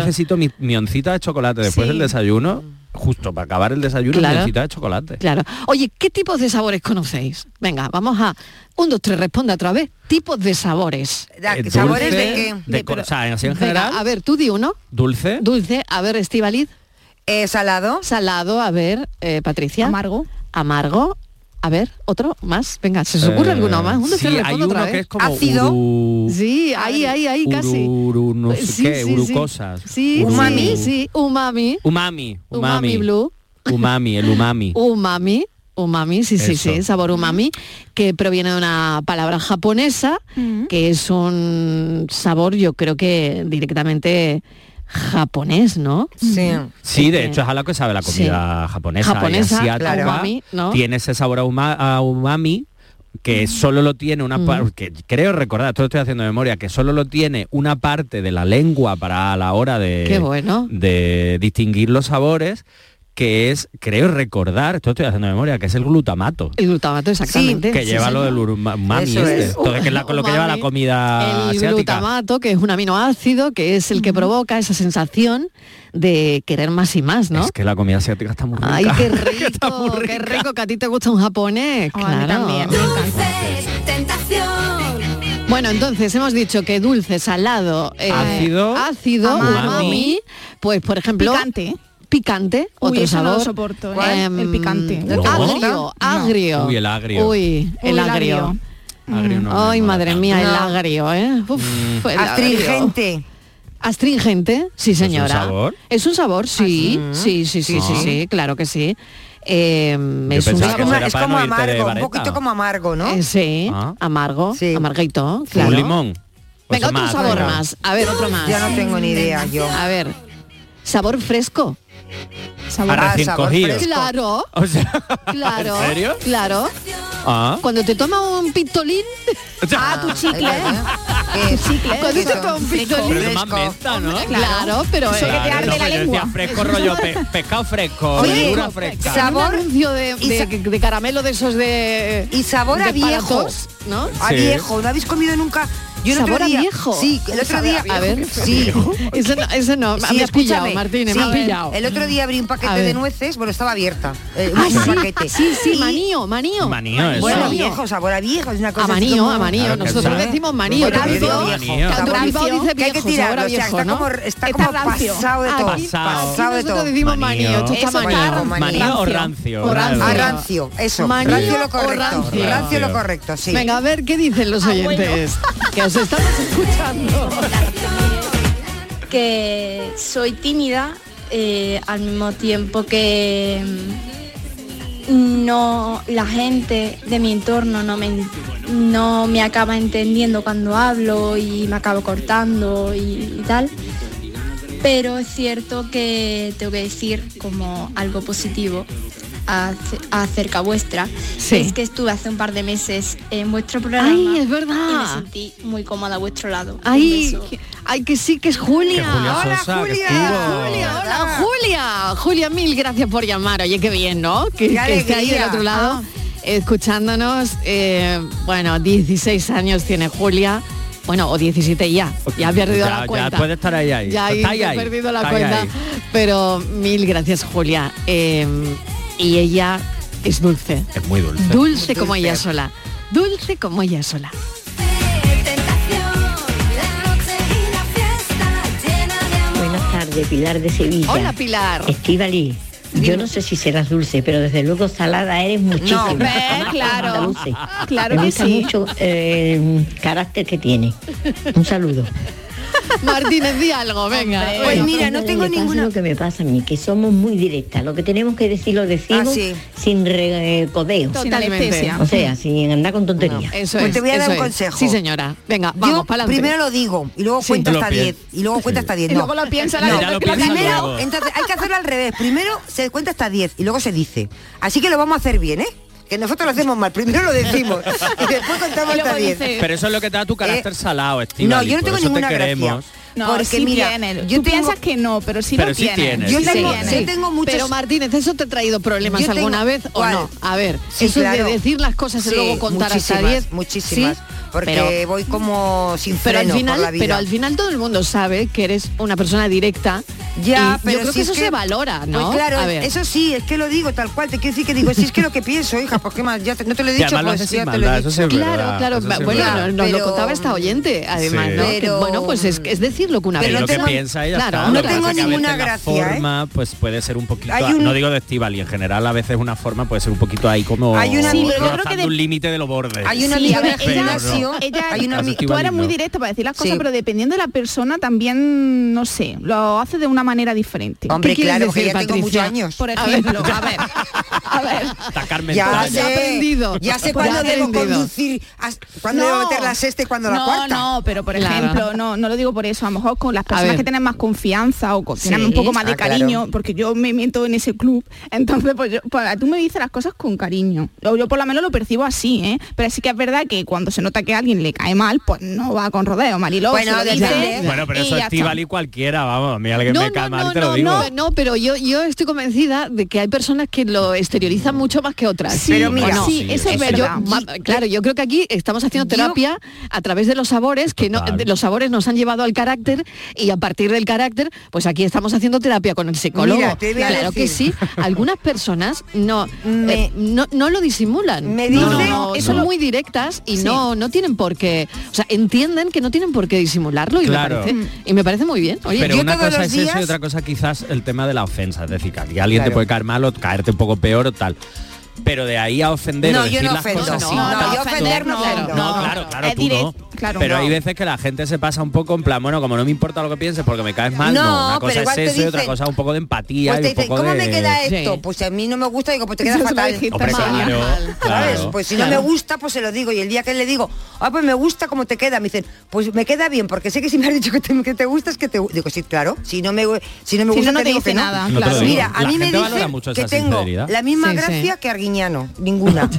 S6: Yo necesito mi, mi oncita de chocolate después
S5: Sí.
S6: del desayuno, justo para acabar el desayuno,
S5: Claro.
S6: mi oncita de chocolate.
S5: Claro. Oye, ¿qué tipos de sabores conocéis? Venga, vamos a... Un, dos, tres, responde otra vez. Tipos de sabores.
S6: Eh, dulce, De, co- o sea, así en
S5: Venga,
S6: general, ¿Eh?
S5: a ver, tú di uno.
S6: dulce,
S5: Dulce, a ver, Estivalid. salado. Salado, a ver, eh, Patricia. Amargo. Amargo. A ver, otro más. Venga, ¿se os ocurre
S6: Eh,
S5: alguno más? Un, dos,
S6: sí,
S5: tres, responde
S6: hay uno
S5: otra
S6: que
S5: vez.
S6: es como Ácido.
S5: uh.
S6: uru-
S5: Sí, ahí, ahí, ahí, casi. Eh, Pues
S6: uru- no sé
S5: Sí,
S6: qué,
S5: sí, sí.
S6: urucosas.
S5: Sí,
S6: Uru-
S5: sí, sí, umami.
S6: Umami,
S5: Umami
S6: umami.
S5: blue.
S6: Umami, el umami.
S5: Umami, umami, sí, sí,
S6: Eso. Mm.
S5: sí, sabor umami, que proviene de una palabra japonesa, que es un sabor, yo creo que directamente japonés, ¿no? Mm. Sí.
S6: Sí, de hecho es a lo que sabe la comida japonesa,
S5: Japonesa,
S6: y asiática.
S5: claro. Umami, ¿no?
S6: Tiene ese sabor a, uma- a umami
S5: Mm.
S6: que solo lo tiene una parte, que creo recordar, esto lo estoy haciendo de memoria, que solo lo tiene una parte de la lengua para la hora de,
S5: Qué bueno.
S6: de distinguir los sabores, que es, creo recordar, esto lo estoy haciendo de memoria, que es el glutamato.
S5: El glutamato, exactamente.
S6: que
S5: sí,
S6: lleva lo
S5: señor.
S6: del uruma- umami
S5: Eso
S6: este.
S5: es.
S6: Entonces, que es la- lo que lleva la
S5: Umami.
S6: comida
S5: El
S6: asiática.
S5: glutamato, que es un aminoácido, que es el que provoca esa sensación de querer más y más, ¿no?
S6: Es que la comida asiática está muy rica.
S5: Ay, qué rico, qué rico que a ti te gusta un japonés. claro. Bueno, entonces hemos dicho que dulce, salado, eh,
S6: Ácido,
S5: ácido,
S8: Amaro.
S5: umami, pues por ejemplo
S8: Picante.
S5: picante,
S8: Uy,
S5: otro
S8: eso no
S5: sabor.
S8: lo soporto, ¿eh? El picante.
S5: em,
S8: ¿No te gusta?
S5: Agrio,
S8: No.
S5: agrio.
S6: Uy, el agrio.
S5: Uy, el
S8: Uy, el
S5: agrio.
S8: agrio.
S10: Mm.
S6: Agrio no.
S5: Mm. Ay, madre mía, el
S7: No.
S5: agrio, ¿eh?
S6: Mm.
S5: Uf, el agrio.
S7: Astringente.
S5: Astringente, sí señora.
S6: sabor?
S5: Es un sabor, sí, sí, sí, sí, sí,
S6: Ah.
S5: sí, claro que sí. Eh, es un
S6: pensaba
S5: sabor.
S6: que eso era Es para como no irte de amargo, un vareta.
S7: poquito como amargo, ¿no?
S5: Eh, sí,
S6: Ah.
S5: amargo, amarguito, claro.
S6: Un limón. Pues
S5: Venga, otro
S6: más,
S5: sabor
S6: venga.
S5: más. A ver, otro más.
S7: Yo no tengo ni idea, yo.
S5: A ver, sabor fresco.
S6: Ah, recién cogido.
S5: Claro,
S6: O sea,
S5: claro.
S6: ¿En serio?
S5: Claro.
S6: ah.
S5: Cuando te toma un pistolín.
S6: Ah,
S5: tu chicle.
S7: Eh,
S5: Tu chicle. Cuando te toma un pistolín.
S6: Pero es más mezcla, ¿no?
S5: Claro, pero
S6: Claro,
S5: eh,
S6: no, pero yo decía fresco rollo, pe- pescado fresco,
S5: Oye,
S6: verdura
S5: fresco,
S6: fresca.
S5: sabor anuncio de,
S7: y
S5: de- de caramelo de esos de
S7: Y sabor a
S5: de para
S7: viejo.
S5: tos, ¿no?
S7: A
S6: Sí.
S7: viejo, ¿no habéis comido nunca Yo el otro
S5: Sabor a
S7: día-
S5: viejo.
S7: Sí, el otro
S5: Sabe a
S7: día.
S5: viejo, qué feo.
S7: sí.
S5: Eso no, eso no.
S7: Sí,
S5: me has
S7: escúchame.
S5: pillado, Martínez,
S7: Sí,
S5: me has pillado.
S7: El otro día abrí un
S5: A
S7: paquete
S5: ver.
S7: de nueces, bueno, estaba abierta. eh,
S5: Ah,
S7: un
S5: sí,
S7: paquete.
S5: sí, sí,
S7: Y-
S5: manío, manío.
S6: Manío, eso.
S7: Bueno,
S5: Manío.
S7: viejo, sabor a viejo, es una cosa
S5: A
S7: así
S5: manío,
S7: como-
S5: a manío.
S6: Claro, que
S5: Nosotros
S6: sabe.
S5: decimos manío.
S6: Bueno,
S5: Caldo,
S6: yo digo viejo.
S5: Caldo
S7: Rancio,
S5: Bilbao dice
S7: que hay que
S5: viejo,
S7: tirarlo,
S5: sabor a
S7: o sea,
S5: viejo,
S7: está
S5: ¿no?
S7: como- está como
S5: rancio.
S7: pasado de todo,
S5: Aquí-
S7: pasado
S5: aquí
S7: de
S5: nosotros
S7: todo.
S5: decimos manío. Esto está
S7: Eso está
S5: manío.
S7: como manío.
S6: Manío o rancio.
S5: O rancio.
S7: Ah, rancio, eso.
S5: Manío
S7: rancio lo
S5: o
S7: correcto.
S5: rancio.
S7: Rancio. lo correcto, sí.
S5: Venga, a ver qué dicen los oyentes. Que os estamos escuchando.
S9: que soy tímida eh, al mismo tiempo que mm, no la gente de mi entorno no me en- no me acaba entendiendo cuando hablo y me acabo cortando y, y tal pero es cierto que tengo que decir como algo positivo ac- acerca vuestra
S5: Sí.
S9: es que estuve hace un par de meses en vuestro programa
S5: Ay, es
S9: y me
S5: verdad.
S9: sentí muy cómoda a vuestro lado Un
S5: Ay,
S9: beso.
S5: que- ay, que sí, que es Julia.
S9: Que Julia
S5: hola,
S9: Sosa, que
S5: Julia.
S9: estuvo.
S5: Julia, hola, Ah, Julia. Julia, mil gracias por llamar. Oye, qué bien, ¿no? Que,
S7: Qué
S5: que esté ahí del
S7: alegría.
S5: otro lado escuchándonos. Eh, bueno, 16 años tiene Julia. Bueno, o 17 ya. Ya ha perdido
S6: Ya,
S5: la
S6: ya
S5: cuenta.
S6: puede estar ahí, ahí.
S5: Ya
S6: Está ahí,
S5: he
S6: ahí.
S5: perdido la
S6: Está ahí,
S5: cuenta.
S6: ahí.
S5: Pero mil gracias, Julia. Eh, y ella es dulce.
S6: Es muy dulce.
S5: Dulce como ella sola. Dulce como ella sola.
S12: Buenas tardes, Pilar de Sevilla.
S5: Hola, Pilar.
S12: Estíbali, yo no sé si serás dulce, pero desde luego salada eres muchísimo.
S5: No, ¿ves? Claro.
S12: Dulce.
S5: Claro
S12: Me
S5: que
S12: gusta
S5: sí.
S12: mucho eh, el carácter que tiene. Un saludo.
S5: Martínez, di algo, venga.
S7: Pues
S12: Bueno, hombre, Pues me pasa lo que me pasa a mí, que somos muy directas. Lo que tenemos que decir lo decimos
S7: Ah, sí.
S12: sin re- eh, codeo.
S5: Totalmente. Sin anestesia.
S12: O sea, sin andar con tonterías.
S5: Eso
S7: Pues
S5: es,
S7: te voy a dar
S5: eso
S7: un
S5: es.
S7: consejo.
S5: Sí, señora. Venga, vamos,
S7: Yo
S5: para
S7: primero lo digo y luego cuento
S5: Lo
S7: hasta
S5: pienso.
S7: 10 y luego cuenta hasta 10.
S5: Y
S7: no.
S5: luego lo piensa la-
S7: No.
S5: Ya lo piensa
S7: primero,
S5: luego.
S7: entonces hay que hacerlo al revés. Primero se cuenta hasta 10 y luego se dice. Así que lo vamos a hacer bien, ¿eh? Que nosotros lo hacemos mal. Primero lo decimos y después contamos hasta 10.
S6: Pero eso es lo que te da tu carácter salado, Estíbaliz,
S7: no, yo no
S6: por
S7: tengo
S6: eso te
S7: ninguna gracia.
S6: queremos.
S8: No,
S7: Porque
S8: sí
S7: mira,
S8: tiene.
S7: yo
S8: Tú
S7: tengo-
S8: piensas que no, pero sí
S6: Pero
S8: lo
S6: sí
S8: tiene.
S6: tienes, Yo sí tengo-
S8: tiene.
S5: yo tengo muchos- Pero Martínez, ¿eso te ha traído problemas
S7: Yo
S5: alguna
S7: tengo-
S5: vez
S7: ¿cuál?
S5: o no? A ver,
S7: Sí,
S5: eso
S7: claro.
S5: de decir las cosas y
S7: Sí,
S5: luego contar hasta
S7: muchísimas,
S5: 10.
S7: Muchísimas.
S5: sí,
S7: Porque
S5: pero-
S7: voy como sin
S5: pero
S7: freno
S5: al final,
S7: por la vida.
S5: pero al final todo el mundo sabe que eres una persona directa.
S7: Ya,
S5: y
S7: pero
S5: yo creo
S7: si
S5: que
S7: es
S5: eso se valora, ¿no?
S7: Pues claro,
S5: A ver.
S7: eso sí, es que lo digo tal cual, te quiero decir que digo, si es que lo que pienso, hija, pues qué más, ya te- no te lo he
S6: Y
S7: dicho,
S6: además lo
S7: pues,
S6: haces
S7: ya
S6: sin
S7: te lo he
S6: maldad,
S7: dicho.
S6: eso sí es verdad.
S5: Claro, claro,
S6: Eso sí es
S5: bueno,
S6: verdad.
S5: nos
S7: Pero-
S5: lo contaba esta oyente, además,
S6: Sí.
S5: ¿no? Que,
S7: Pero-
S5: bueno, pues es, es decir lo que una
S6: Pero
S5: vez
S6: lo que piensa ella
S5: claro,
S6: está,
S5: no
S6: lo que
S5: tengo
S6: pasa es que a veces
S5: ninguna
S6: la
S5: gracia, ¿eh?
S6: forma pues puede ser un poquito
S5: Hay un-
S6: no digo de Estíbal y en general a veces una forma puede ser un poquito ahí como
S7: Hay una- Sí, pero yo creo que
S6: rozando
S8: de-
S6: un límite de los bordes
S7: Hay una
S8: Sí,
S7: amiga
S8: a ver,
S7: de
S6: Pero
S8: ella-
S6: no.
S8: ella-
S6: Hay una ami-
S8: tú eres muy
S6: no.
S8: directa para decir las cosas,
S6: Sí.
S8: pero dependiendo de la persona también, no sé, lo hace de una manera diferente.
S7: Hombre,
S8: ¿Qué quieres
S7: claro, que
S8: decir,
S7: ya tengo muchos
S8: Patricia?
S7: años.
S8: Por ejemplo, a ver,
S6: Está Carmen
S7: Ya
S6: Toalla.
S7: sé, ya sé cuándo
S8: Ya
S7: debo
S8: aprendido.
S7: conducir, as- cuándo debo meter la sexta y cuándo la
S8: No,
S7: cuarta.
S8: No, pero por
S7: Claro.
S8: ejemplo, no, no lo digo por eso, a lo mejor con las
S7: ver.
S8: personas que tienen más confianza o con,
S7: Sí.
S8: tienen un poco más de
S7: Ah, claro.
S8: cariño, porque yo me meto en ese club, entonces pues, yo- pues, tú me dices las cosas con cariño. Yo, yo por lo menos lo percibo así, ¿eh? Pero sí que es verdad que cuando se nota que a alguien le cae mal, pues no va con rodeo, Mariló.
S5: Bueno,
S8: se lo dice
S5: depende.
S6: bueno pero
S8: y
S6: eso
S8: ya está.
S6: Estíbal y cualquiera vamos a mí alguien me cae mal te lo
S5: no,
S6: digo
S5: no, no, pero yo, yo estoy convencida de que hay personas que lo exteriorizan mucho más que otras.
S8: Sí, Pero mira,
S5: ¿o no? Eh,
S8: sí, eso es
S5: Yo-
S8: verdad.
S5: ma- claro, yo creo que aquí estamos haciendo terapia a través de los sabores, que no, de los sabores nos han llevado al carácter y a partir del carácter, pues aquí estamos haciendo terapia con el psicólogo.
S7: Mira, te voy a
S5: claro
S7: decir.
S5: que sí. Algunas personas no, eh, no, no lo disimulan.
S7: me dice-
S5: No, no,
S7: eso
S5: son
S7: lo-
S5: muy directas y
S7: Sí.
S5: no, no tienen por qué, o sea, entienden que no tienen por qué disimularlo y,
S6: Claro.
S5: me, parece, y me parece muy bien. Oye,
S6: pero
S5: yo
S6: una
S5: todos
S6: cosa
S5: los
S6: es eso y
S5: días-
S6: otra cosa quizás el tema de la ofensa, es decir, que aquí alguien te
S5: Claro.
S6: puede caer mal o caerte un poco peor o tal. Pero de ahí a ofender o
S7: No, yo
S6: decir
S7: no
S6: las
S7: ofendo,
S6: cosas
S7: no,
S6: así,
S7: no,
S6: tal,
S7: yo
S6: tú-
S7: ofender no ofendo.
S6: No, claro, claro,
S7: Es
S6: tú
S7: direct-
S6: no.
S7: claro,
S6: pero
S7: no.
S6: hay veces que la gente se pasa un poco en plan, bueno, como no me importa lo que pienses porque me caes mal, no,
S7: No,
S6: una
S7: pero
S6: cosa es
S7: igual te
S6: eso y otra
S7: dicen-
S6: cosa un poco de empatía
S7: Pues te
S6: y un
S7: dicen,
S6: poco
S7: ¿cómo
S6: de
S7: me queda esto?
S6: Sí.
S7: Pues a mí no me gusta, digo, pues te queda
S6: Eso se lo
S7: fatal.
S6: dijiste Hombre, a María. claro,
S7: ¿Sabes?
S6: claro.
S7: Pues si no
S6: Claro.
S7: me gusta, pues se lo digo. Y el día que le digo, ah, pues me gusta cómo te queda, me dicen, pues me queda bien, porque sé que si me has dicho que te, que te gusta, es que te gu-". Digo, sí, claro, si no me, si no me
S8: Si
S7: gusta,
S8: no, no
S7: te
S8: te
S7: digo
S8: dice
S7: que no. Pues
S8: nada, No te lo claro. digo.
S7: Mira, a
S8: La
S7: mí me
S8: gente valora
S7: dicen
S8: mucho
S7: que
S8: esa
S7: tengo
S8: sinceridad.
S7: la misma
S8: Sí, sí.
S7: gracia que Arguiñano, ninguna.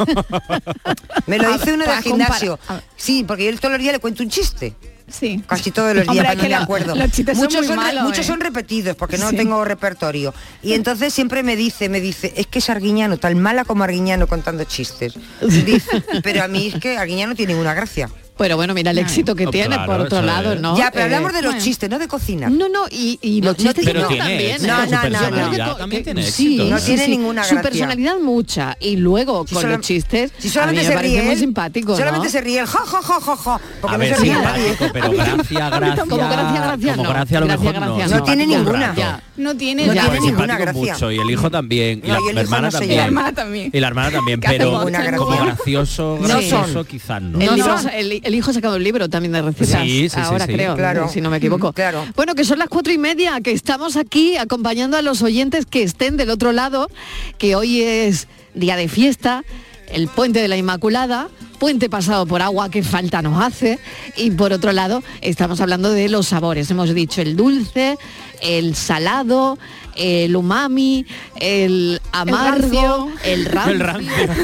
S7: me lo
S8: A-
S7: dice una
S8: para
S7: de gimnasio.
S8: comparar-
S7: Sí, porque yo todos los días le cuento un chiste.
S8: Sí.
S7: Casi todos los días,
S8: Hombre,
S7: para
S8: es
S7: no
S8: que
S7: me
S8: lo-
S7: acuerdo.
S8: los chistes son muy
S7: re-
S8: malos,
S7: muchos
S8: ¿eh?
S7: son repetidos porque no
S8: Sí.
S7: tengo repertorio. Y entonces siempre me dice, me dice, es que es Arguiñano, tan mala como Arguiñano contando chistes. Dice, pero a mí es que Arguiñano tiene ninguna gracia.
S5: Pero bueno, mira el éxito que
S6: Oh,
S5: tiene,
S6: claro,
S5: por otro
S6: eso
S5: lado,
S6: es.
S5: ¿no?
S7: Ya, pero
S5: Eh,
S7: hablamos de los
S5: bueno.
S7: chistes, no de cocina.
S5: No, no, y, y los
S7: No
S5: chistes
S7: tiene- pero
S5: no,
S7: tiene
S5: también. ¿eh?
S7: éxito, No, su no, no, personalidad
S5: Yo creo
S7: también
S5: que-
S7: tiene
S5: sí,
S7: éxito, ¿no?
S5: sí,
S7: tiene
S5: sí.
S7: ninguna
S5: Su
S7: gracia.
S5: personalidad mucha. Y luego,
S7: Si
S5: con
S7: solam-
S5: los chistes,
S7: Si
S5: a
S7: solamente
S5: mí me
S7: se
S5: parece
S7: ríe
S5: muy
S7: él,
S5: simpático, ¿no?
S7: Solamente se ríe el ja, ja, ja, ja, ja. Porque
S6: A
S7: no
S6: ver,
S7: se ríe nadie.
S6: simpático, pero gracia, gracia.
S5: Como gracia, gracia,
S6: como
S5: no.
S6: gracia a lo
S5: Gracia,
S6: mejor no.
S5: gracia,
S7: no. No tiene
S6: Simpático,
S7: ninguna.
S6: raro.
S8: No tiene,
S6: No
S8: ya.
S6: tiene ninguna gracia. Mucho, y el hijo también, y
S8: No,
S6: la
S8: y el hijo
S6: hermana
S8: no sé, y
S6: también.
S8: la hermana también.
S6: Y la hermana también,
S5: Que hace
S6: pero
S5: ninguna gracia.
S6: como gracioso,
S5: No
S6: gracioso
S5: son.
S6: quizás no.
S5: El, libro- el- el hijo ha sacado un libro también de recetas.
S6: Sí, sí, sí,
S5: ahora
S6: sí.
S5: creo,
S6: Claro.
S5: si no me equivoco. Bueno, que son las cuatro y media, que estamos aquí acompañando a los oyentes que estén del otro lado, que hoy es día de fiesta, el puente de la Inmaculada, puente pasado por agua que falta nos hace, y por otro lado estamos hablando de los sabores. Hemos dicho el dulce, el salado, el umami, el amargo, el rancio,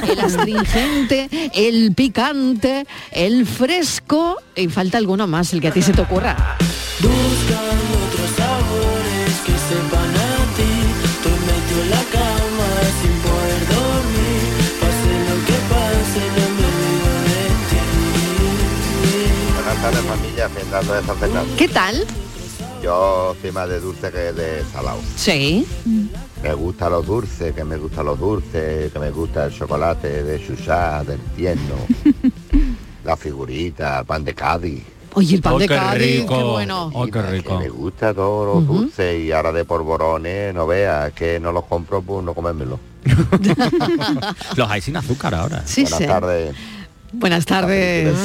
S5: el, astringente, el picante, el fresco y falta alguno más, el que a ti se te ocurra.
S4: Buscan otros sabores que sepan a ti. Estoy metido en la cama sin poder dormir. Pase lo que pase, no me olvido de ti.
S13: Buenas tardes familia, Fernando de San Fernando.
S5: ¿Qué tal?
S13: Yo soy más de dulce que de salado.
S5: Sí.
S13: Me gusta los dulces, que me gustan los dulces, que me gusta el chocolate de Chuchá, del tierno, la figurita, pan de Cádiz.
S5: Oye, el pan
S13: Oh,
S5: de
S13: qué
S5: Cádiz, qué
S13: rico.
S5: bueno.
S6: Oh, qué rico.
S13: Me gusta todos los dulces y ahora de polvorones, no veas, que no los compro por no comérmelo.
S6: Los hay sin azúcar ahora.
S5: Sí,
S13: Buenas
S5: sí.
S13: tardes.
S5: Buenas tardes.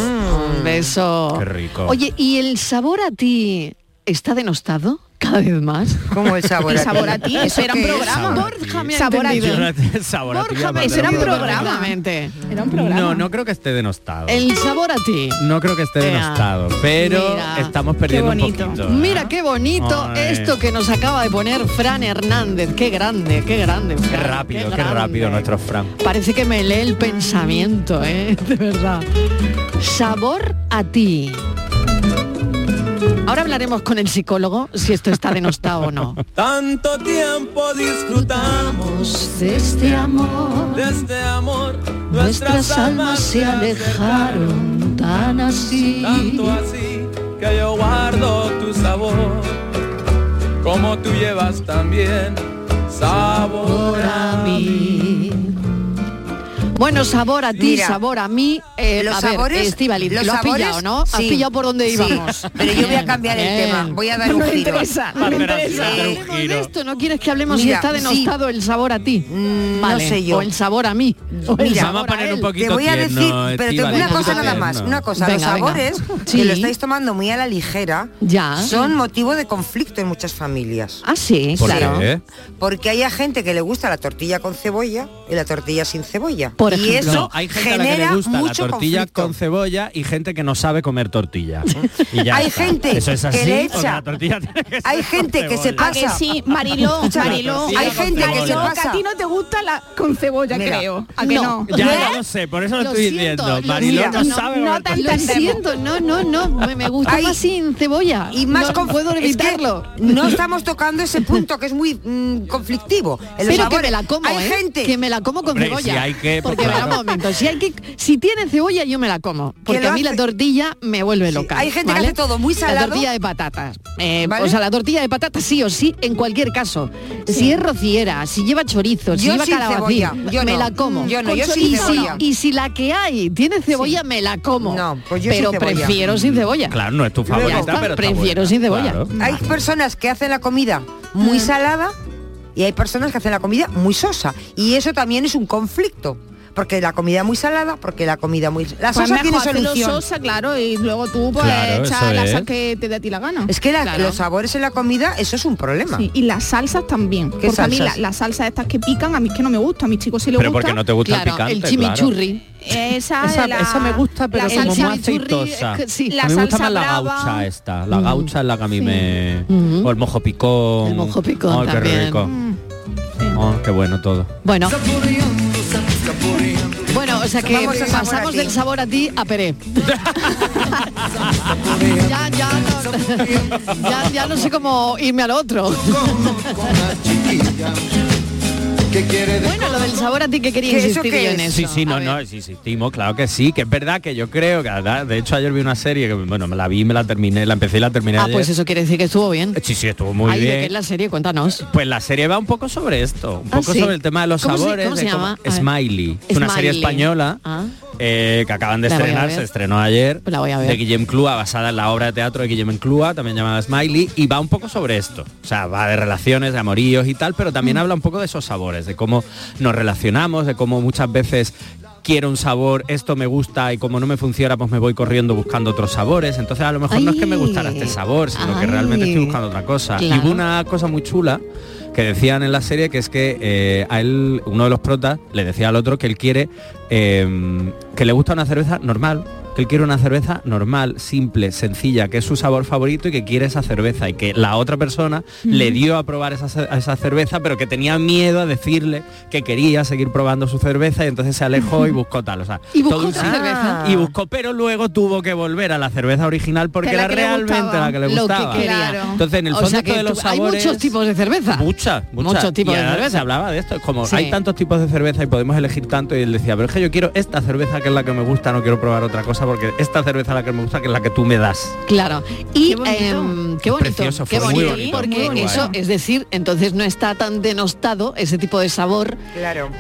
S5: Un beso.
S6: Qué rico.
S5: Oye, ¿y el sabor a ti está denostado cada vez más?
S7: ¿Cómo el sabor
S8: El a ti? sabor a ti, eso era un programa.
S5: Borja me ha
S8: Sabor a ti. Mm.
S5: entendido.
S6: Sabor a ti,
S5: Borja,
S6: aparte
S5: eso era
S6: de
S5: un
S6: todo.
S5: programa. Era un
S6: No, no creo que esté denostado.
S5: El sabor a ti.
S6: No creo que esté
S5: Ea.
S6: denostado, pero
S5: Mira.
S6: estamos perdiendo un poquito.
S5: Mira qué bonito
S6: Ay.
S5: esto que nos acaba de poner Fran Hernández. Qué grande, qué grande.
S6: Qué
S5: Fran.
S6: rápido, qué,
S5: grande.
S6: rápido nuestro Fran.
S5: Parece que me lee el pensamiento, ¿eh? De verdad. Sabor a ti. Ahora hablaremos con el psicólogo si esto está denostado o no.
S4: Tanto tiempo disfrutamos de este amor, de este amor.
S5: Nuestras almas se alejaron tan así.
S4: Tanto así que yo guardo tu sabor, como tú llevas también sabor a mí.
S5: Bueno, sabor a ti,
S7: Mira,
S5: sabor a mí. Eh,
S7: los
S5: a ver,
S7: sabores-
S5: Estíbaliz,
S7: los
S5: lo has
S7: sabores,
S5: pillado, ¿no? Has
S7: sí.
S5: pillado por dónde
S7: Sí,
S5: íbamos.
S7: pero yo voy a
S5: Bien,
S7: cambiar el tema. Voy a dar
S5: No
S7: un
S5: me
S7: giro.
S5: interesa, no me
S7: Pero
S5: interesa.
S7: sí.
S5: Hablemos de esto, no quieres que hablemos si
S7: Mira, Mm,
S5: está denostado el sabor a ti.
S7: no sé yo.
S5: O el sabor a mí. o el
S7: Mira,
S5: sabor
S6: Vamos a poner
S5: él.
S6: un poquito
S7: te voy a
S6: tierno,
S7: decir, pero te,
S6: Estíbaliz,
S7: una
S6: un
S7: cosa
S6: poquito
S7: nada más,
S6: tierno.
S7: una cosa, los
S5: Venga, venga.
S7: sabores
S5: Sí.
S7: que lo estáis tomando muy a la ligera,
S5: Ya.
S7: son motivo de conflicto en muchas familias.
S5: Ah, sí,
S7: ¿Por
S5: claro.
S7: qué? Porque hay a gente que le gusta la tortilla con cebolla y la tortilla sin cebolla.
S5: Por
S7: y eso
S6: No, hay gente a la que
S7: genera
S6: le gusta la
S7: mucho
S6: tortilla
S7: conflicto.
S6: con cebolla y gente que no sabe comer tortilla. Y ya
S7: Hay
S6: está.
S7: gente
S6: Eso es
S7: que
S6: así,
S7: le
S6: porque
S7: echa-
S6: la tortilla tiene que ser
S7: Hay gente
S6: con
S7: que se
S5: Ah,
S6: cebolla.
S8: ¿A
S7: pasa.
S8: que sí, Mariló,
S7: Escúchame,
S8: Mariló.
S7: Hay gente que se
S6: Mariló,
S8: Que
S7: pasa.
S8: a ti no te gusta la con cebolla,
S7: Mira,
S8: creo. ¿A que no?
S6: Ya, ya lo sé, por eso lo,
S8: Lo
S6: estoy
S8: siento,
S6: diciendo.
S8: lo
S6: Mariló no,
S8: siento, no-
S6: sabe
S8: no
S6: comer
S8: te
S6: tortilla.
S5: Lo siento, no, no, no, me, me gusta
S7: Ay.
S5: más sin cebolla.
S7: y más
S5: no
S7: con-
S5: puedo
S7: es que
S5: evitarlo.
S7: no estamos tocando ese punto que es muy mm, conflictivo. En los
S5: Pero que
S7: sabores.
S5: me la como,
S7: hay
S5: ¿eh?
S7: gente
S5: Que me la como con
S6: Hombre,
S5: cebolla.
S6: si hay que, pues
S5: porque verá
S6: claro.
S5: un momento, si hay que si tiene cebolla yo me la como, porque
S7: lo
S5: a mí la
S7: hace-
S5: tortilla me vuelve loca.
S7: hay gente que
S5: ¿vale?
S7: hace todo muy
S5: La
S7: salado.
S5: tortilla de patatas. eh,
S7: ¿Vale?
S5: O sea, la tortilla de patatas sí o sí en cualquier caso. Si es rociera, si lleva chorizo, si
S7: Yo
S5: lleva
S7: sin
S5: calabacín,
S7: cebolla, yo
S5: me
S7: no.
S5: la como.
S7: Yo no,
S5: Con
S7: yo sin
S5: chorizo, y si-
S7: cebolla.
S5: Y si la que hay tiene cebolla me la como.
S7: No, pues yo sin
S5: pero
S7: cebolla.
S5: prefiero sin cebolla.
S6: Claro, no es tu
S5: Luego,
S6: favorita,
S5: ya está,
S6: pero está
S5: prefiero
S6: buena,
S5: sin cebolla. Mm.
S6: claro.
S7: Hay personas que hacen la comida muy salada y hay personas que hacen la comida muy sosa. Y eso también es un conflicto. Porque la comida muy salada, porque la comida muy... La
S8: Pues
S7: sosa
S8: mejor
S7: tiene
S8: hacerlo
S7: solución.
S8: sosa, claro, y luego tú pues
S7: Claro, eso
S8: echas la
S7: es.
S8: sal que te dé a ti la gana.
S7: Es que la-
S8: Claro.
S7: los sabores en la comida, eso es un problema.
S8: Sí, y las salsas también. Porque a mí la-
S7: salsas?
S8: las salsas estas que pican, a mí es que no me gusta, a mis chicos sí les
S6: Pero
S8: gusta.
S6: porque no te gusta el Claro, picante, el chimichurri.
S8: Esa,
S6: Esa-
S8: de la-
S6: esa me gusta, pero
S8: la
S6: como
S8: salsa
S6: muy aceitosa.
S8: churri, es que sí.
S6: a
S8: La
S6: mí me gusta
S8: salsa
S6: más la
S8: brava.
S6: gaucha esta. La gaucha es la que a mí me... O el mojo picón. El mojo
S5: picón
S6: qué
S5: también. Mm.
S6: rico. Oh, qué bueno todo.
S5: Bueno. Bueno, o sea que
S7: Vamos a sabor
S5: pasamos
S7: a ti.
S5: del sabor a ti a Pérez. ya, ya, no, ya, ya no sé cómo irme al otro.
S3: que quiere de
S5: Bueno, lo del sabor a ti que quería
S3: ¿Qué, eso
S5: insistir
S3: qué
S5: yo en
S3: es?
S5: eso.
S6: Sí, sí, no,
S5: A ver.
S6: no, sí, insistimos, claro que sí, que es verdad que yo creo que, ¿verdad? de hecho ayer vi una serie que, bueno, me la vi, me la terminé, la empecé y la terminé
S5: Ah,
S6: ayer.
S5: pues eso quiere decir que estuvo bien.
S6: Sí, sí, estuvo muy
S5: Ay, ¿de qué
S6: bien.
S5: es la serie? Cuéntanos.
S6: Pues la serie va un poco sobre esto, un
S5: Ah,
S6: poco
S5: sí.
S6: sobre el tema de los
S5: ¿Cómo se-
S6: sabores.
S5: cómo
S6: de
S5: se llama? A ver.
S6: Smiley. Es una serie
S5: Smiley.
S6: española
S5: Ah.
S6: eh, que acaban de
S5: La voy a
S6: estrenar,
S5: ver.
S6: se
S5: Pues
S6: estrenó ayer,
S5: La voy a ver.
S6: de Guillem Clúa, basada en la obra de teatro de Guillem Clúa, también llamada Smiley, y va un poco sobre esto. O sea, va de relaciones, de amoríos y tal, pero
S5: Mm.
S6: también habla un poco de esos sabores, de cómo nos relacionamos, de cómo muchas veces quiero un sabor, esto me gusta y como no me funciona, pues me voy corriendo buscando otros sabores. Entonces a lo mejor no es que me gustara este sabor, sino que realmente estoy buscando otra cosa. Y
S14: Claro.
S6: hubo una cosa muy chula que decían en la serie que es que eh, a él uno de los protas le decía al otro que él quiere eh, que le gusta una cerveza normal que él quiere una cerveza normal simple sencilla que es su sabor favorito y que quiere esa cerveza y que la otra persona le dio a probar esa, ce- a esa cerveza pero que tenía miedo a decirle que quería seguir probando su cerveza y entonces se alejó y buscó tal o sea
S5: Y buscó
S6: todo un
S5: otra
S6: sí-
S5: cerveza.
S6: y buscó pero luego tuvo que volver a la cerveza original porque
S5: Que la
S6: era
S5: que le
S6: realmente
S5: gustaba.
S6: la que le
S5: Lo que
S6: gustaba
S5: quería.
S6: entonces en el
S5: O
S6: fondo
S5: sea
S6: esto
S5: que
S6: de los
S5: tú- hay muchos
S6: sabores
S5: tipos de cerveza.
S6: Muchas, muchas.
S5: Muchos tipos
S6: Y
S5: de
S6: ahora Se
S5: cerveza.
S6: hablaba de esto, es como
S5: Sí.
S6: hay tantos tipos de cerveza y podemos elegir tanto y él decía, pero es que yo quiero esta cerveza que es la que me gusta, no quiero probar otra cosa porque esta cerveza es la que me gusta que es la que tú me das.
S5: Claro. Y em, qué bonito, qué bonito,
S6: Precioso, fue muy bonito,
S5: porque
S6: muy bueno.
S5: eso, es decir, entonces no está tan denostado ese tipo de sabor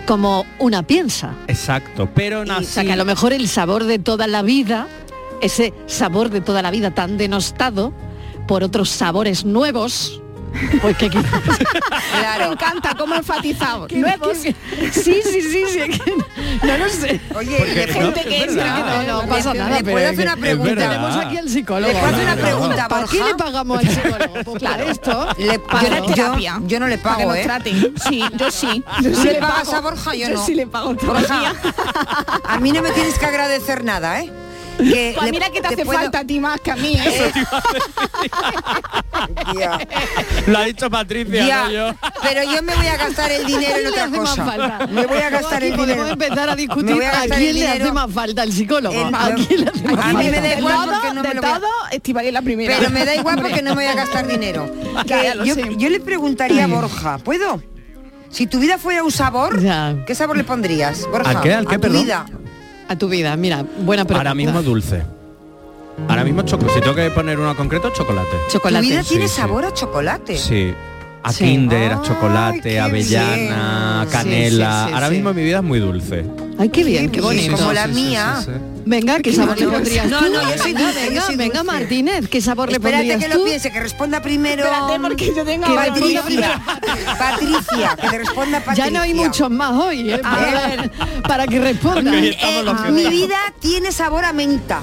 S5: como una piensa.
S6: Exacto, pero
S5: O sea, que a lo mejor el sabor de toda la vida, ese sabor de toda la vida tan denostado por otros sabores nuevos, pues que quizás...
S8: Me encanta cómo enfatizamos. Nuevos.
S5: Sí, sí, sí, sí. es que No lo sé.
S7: Oye, le
S8: Porque no,
S7: puedo-
S8: es verdad.
S5: No, no pasa nada.
S7: ¿Le puedo hacer una pregunta?
S5: Tenemos aquí al psicólogo.
S7: ¿Le puedo hacer una pregunta,
S5: ¿Para qué
S7: Borja?
S5: le pagamos al psicólogo? Pues para esto.
S7: Le
S5: Para
S7: pago.
S5: la terapia.
S7: Yo, yo no le
S5: Para que
S7: pago,
S5: nos
S7: ¿eh?
S5: traten.
S8: Sí, yo sí.
S7: Yo
S5: sí
S7: le
S5: le
S7: pagas
S5: pago.
S7: a Borja, yo,
S5: Yo
S7: no.
S5: sí le pago todos los
S7: Borja, a mí no me tienes que agradecer nada, ¿eh? Que
S8: Pues
S7: le-
S8: mira que te hace
S7: puedo-
S8: falta a ti más que a mí, ¿eh?
S6: Lo ha dicho Patricia,
S7: Ya,
S6: no yo.
S7: pero yo me voy a gastar el dinero en
S5: ¿A quién le
S7: otra
S5: hace más
S7: cosa.
S5: falta?
S7: Me voy a gastar el
S5: Aquí podemos
S7: dinero.
S5: empezar a
S7: Me
S5: discutir
S7: voy a
S5: a,
S7: gastar
S5: quién
S7: el
S5: le hace
S7: dinero.
S5: más falta el psicólogo.
S7: El-
S5: ¿A quién le hace más
S7: A mí me da
S5: falta?
S7: igual
S5: De
S7: porque no me
S8: de
S7: lo voy a-
S8: todo, Estivali la primera.
S7: Pero me da igual porque no me voy a gastar dinero. Que
S8: Ya, ya lo
S7: yo,
S8: sé.
S7: yo le preguntaría a Borja, ¿puedo? Si tu vida fuera un sabor, ¿qué sabor le pondrías, Borja?
S6: ¿A qué? ¿Al qué,
S7: tu
S6: perdón?
S7: vida.
S5: A tu vida, mira, buena pregunta.
S6: Ahora mismo dulce. Ahora mismo chocolate. Si tengo que poner uno concreto, chocolate.
S7: ¿Tu vida tiene
S6: Sí, sí.
S7: sabor a chocolate?
S6: Sí. Eh, A
S7: Sí.
S6: Kinder, a chocolate, avellana,
S7: bien.
S6: canela.
S7: Sí, sí, sí,
S6: Ahora
S7: sí.
S6: mismo mi vida es muy dulce.
S5: Ay, qué bien, qué
S7: Sí,
S5: bonito.
S7: como la mía.
S5: Venga, ¿qué
S7: Qué
S5: sabor le
S7: bonito.
S5: pondrías
S7: No,
S5: tú?
S7: no, yo soy
S5: Venga,
S7: dulce, yo
S5: venga,
S7: soy
S5: venga,
S7: dulce.
S5: Martínez, ¿qué sabor le
S7: Espérate
S5: pondrías
S7: que
S5: tú?
S7: lo piense, que responda primero.
S5: Espérate, porque yo tengo-
S7: Patricia,
S5: Que responda
S7: Patricia, que te responda Patricia.
S5: Ya no hay muchos más hoy, ¿eh?
S7: A
S5: Para,
S7: ver.
S5: para que respondan.
S7: Eh, mi vida tiene sabor a menta.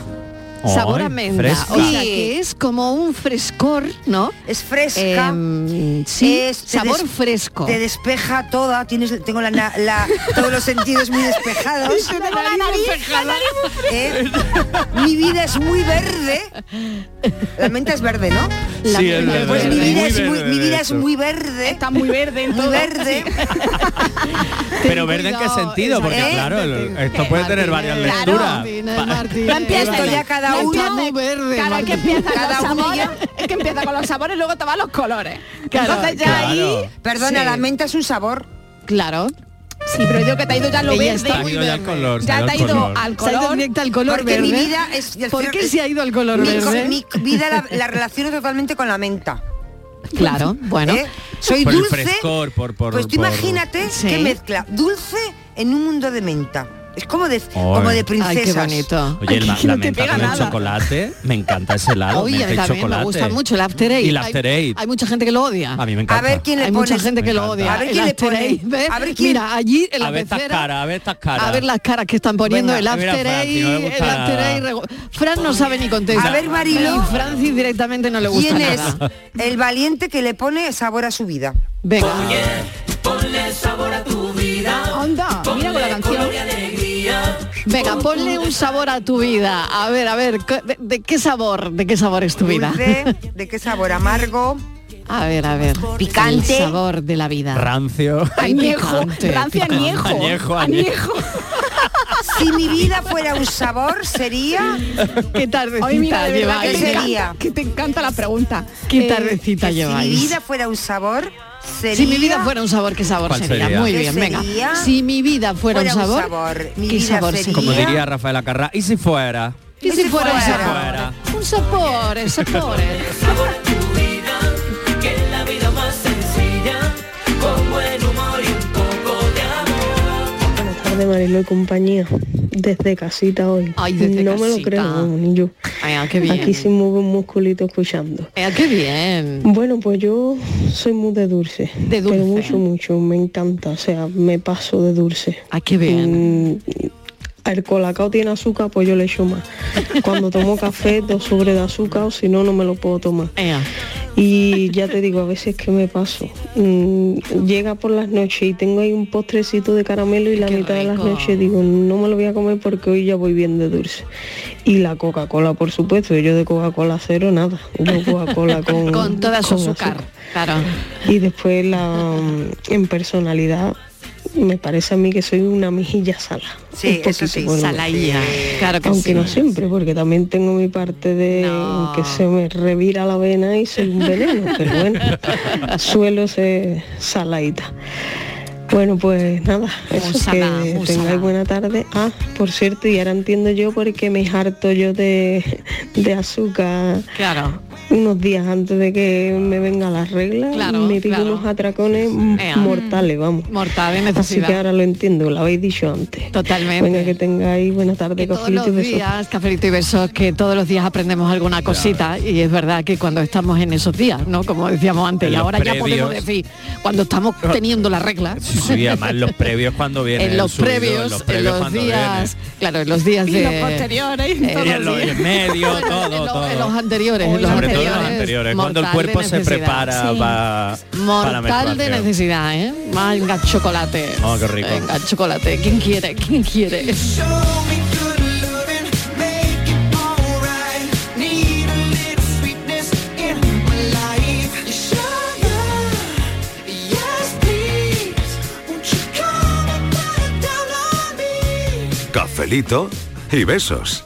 S5: Sabor a menta.
S7: fresca.
S5: O sea,
S7: Sí.
S5: que es como un frescor, ¿no?
S7: Es fresca.
S5: Em, sí,
S7: Es- te
S5: sabor
S7: des-
S5: fresco.
S7: Te despeja toda, tienes, tengo la, na- la- todos los sentidos muy despejados.
S5: Tengo la nariz despejada.
S7: Eh, Mi vida es muy verde. La menta es verde, ¿no?
S5: La
S7: Sí,
S5: menta
S7: es verde.
S5: es
S7: Pues mi
S5: verde.
S7: vida
S5: Muy
S7: es
S5: verde,
S7: muy,
S5: de
S7: mi vida es
S5: hecho.
S7: muy verde.
S8: Está muy verde,
S7: muy verde.
S6: Pero verde en qué
S5: cuidado,
S6: sentido, porque
S7: Eh,
S5: exacto.
S6: claro, el- esto puede tener varias lecturas.
S5: Martínez, Martínez.
S8: No empieza
S7: Esto ya cada uno-
S5: verde,
S8: Claro, es que
S5: Martínez.
S8: empieza
S7: Cada
S8: con
S7: uno
S8: los
S7: ya-
S8: sabores, es que empieza con los sabores, luego te van los colores. Entonces ya ahí.
S7: Perdona,
S8: Sí.
S7: la menta es un sabor.
S5: Claro.
S8: Sí, pero yo que te ha ido ya a lo
S5: Ella
S8: verde.
S5: está muy
S6: Ha ido ya al
S5: verde.
S6: color, se ha
S8: Ya
S6: ido
S8: te ha
S6: al
S8: ido
S6: color.
S8: al
S5: Se ha ido
S8: color.
S5: directa al color
S7: Porque mi
S5: verde.
S7: vida es... el
S5: ¿Por
S7: cero-
S5: qué
S7: es-
S5: se ha ido al color
S7: mi, co-
S5: verde?
S7: mi vida la, la relaciono totalmente con la menta.
S5: Claro, bueno.
S7: ¿Eh? Soy
S6: Por el
S7: dulce.
S6: frescor, por- por-
S7: pues tú
S6: por-
S7: imagínate
S5: Sí.
S7: que mezcla dulce en un mundo de menta. Es como de, como
S6: Ay,
S7: de
S6: qué
S7: princesas.
S5: bonito.
S6: Oye, el, la
S5: Aquí no te
S6: menta
S5: pega
S6: con el
S5: nada.
S6: chocolate, me encanta ese helado,
S5: Oye, a
S6: menta
S5: mí
S6: y
S5: también
S6: chocolate.
S5: me gusta mucho el after eight.
S6: Y el
S5: Hay-
S6: after
S5: hay,
S6: eight.
S5: mucha gente que lo odia.
S6: A mí me encanta.
S7: ver quién le
S5: Hay mucha
S7: pones-
S5: gente que
S6: Me
S5: lo
S6: encanta.
S5: odia.
S7: A ver
S5: El
S7: quién le
S5: after
S7: pone.
S5: eight, ¿ves?
S7: A ver quién-
S5: Mira, allí en la
S6: a ver estas
S5: pecera,
S6: caras, a ver estas caras.
S5: A ver las caras que están poniendo
S6: Venga,
S5: el
S6: mira,
S5: after
S6: Fran, si
S5: eight,
S6: no le
S5: el
S6: gusta-
S5: after eight rego- Fran no sabe ni contesta.
S7: A ver, Mariló.
S5: Y Francis directamente no le gusta
S7: ¿Quién es
S5: nada.
S7: el valiente que le pone sabor a su vida?
S5: Venga.
S4: Ponle sabor a tu vida.
S5: Anda, mira con la canción. Venga, ponle un sabor a tu vida. A ver, a ver, co- ¿de, de qué sabor? ¿De qué sabor es tu vida?
S7: Dulce, ¿de qué sabor? Amargo.
S5: A ver, a ver.
S7: Picante.
S5: El sabor de la vida.
S6: Rancio.
S5: Ay,
S8: Añejo,
S5: picante,
S8: rancia
S5: picante.
S8: añejo.
S6: Añejo, añejo.
S7: Si mi vida fuera un sabor, sería...
S5: Qué
S7: Hoy mira,
S5: tardecita
S7: de verdad,
S5: lleváis.
S7: ¿qué sería?
S8: Que te encanta la pregunta. Eh,
S5: Qué tardecita
S7: que Si mi
S5: lleváis.
S7: vida fuera un sabor, sería...
S5: Si mi vida fuera un sabor, ¿qué sabor
S6: ¿Cuál
S5: sería?
S6: sería?
S5: Muy
S6: ¿Qué
S5: bien, venga.
S7: sería?
S5: Si mi vida fuera, un sabor,
S7: mi
S5: ¿qué
S7: vida
S5: sabor
S7: sería-
S5: sería?
S6: Como diría Rafael Acarra, ¿y si fuera?
S5: ¿Y si fuera un
S6: Fuera.
S5: sabor? Un sabor, sabores.
S4: que la vida más sencilla, con buen humor y un poco de amor.
S14: Buenas tardes, Marilo y compañía. Desde casita hoy.
S5: Ay, desde
S14: no me lo
S5: casita.
S14: creo, vamos, ni yo.
S5: Ay, ah, qué bien.
S14: Aquí sí muevo un musculito escuchando.
S5: Eh, qué bien.
S14: Bueno, pues yo soy muy de dulce.
S5: De dulce.
S14: Pero mucho, mucho. Me encanta. O sea, me paso de dulce. Mm,
S5: Ah, qué bien.
S14: el colacao tiene azúcar, pues yo le echo más. Cuando tomo café, dos sobres de azúcar, o si no, no me lo puedo tomar. Y ya te digo, a veces que me paso. Mm, llega por las noches y tengo ahí un postrecito de caramelo y la mitad de las noches digo, no me lo voy a comer porque hoy ya voy bien de dulce. Y la Coca-Cola, por supuesto, yo de Coca-Cola cero nada. Yo Coca-Cola con,
S5: Con toda su
S14: con
S5: azúcar. Claro.
S14: Y después la mm, en personalidad me parece a mí que soy una mejilla sala.
S5: Sí,
S14: Un
S5: eso sí,
S14: poquito, bueno,
S5: salaía. Claro que
S14: Aunque
S5: sí.
S14: no siempre, porque también tengo mi parte de que se me revira la vena y soy un veneno, pero bueno, suelo ser saladita. Bueno, pues nada, eso
S5: salada,
S14: que
S5: muy salada.
S14: tengáis buena tarde. Ah, por cierto, y ahora entiendo yo por qué me harto yo de, de azúcar
S5: Claro.
S14: unos días antes de que me venga la regla
S5: Claro,
S14: me pico
S5: claro.
S14: unos atracones
S5: Ea.
S14: mortales, vamos.
S5: Mortal de
S14: Así
S5: necesidad.
S14: que ahora lo entiendo, lo habéis dicho antes.
S5: Totalmente.
S14: Venga, que tengáis buena tarde,
S5: todos
S14: cogidito
S5: los
S14: de besos.
S5: días, cafelito y besos, que todos los días aprendemos alguna cosita y es verdad que cuando estamos en esos días, ¿no? Como decíamos antes,
S6: En
S5: y
S6: los
S5: ahora ya podemos
S6: previos.
S5: decir, cuando estamos teniendo la regla.
S6: Sí, sí, además en los previos cuando viene.
S5: en
S6: el
S5: los
S6: subido,
S5: previos, en los
S6: cuando
S5: días, claro, en los días
S6: Y
S5: de
S6: los
S8: posteriores,
S6: viene. Y en los en medio,
S5: Bueno,
S6: todo,
S5: en, lo-
S6: todo.
S5: en los anteriores, en los
S6: Sobre todo en
S5: anteriores,
S6: los anteriores, cuando el
S5: mortal de
S6: cuerpo se
S5: necesidad.
S6: prepara
S5: Sí.
S6: pa- para la
S5: Mortal de
S6: menstruación.
S5: necesidad, ¿eh? Venga, chocolate.
S6: Oh, qué rico.
S5: Venga, chocolate. ¿Quién quiere? ¿Quién quiere?
S15: Cafelito y besos.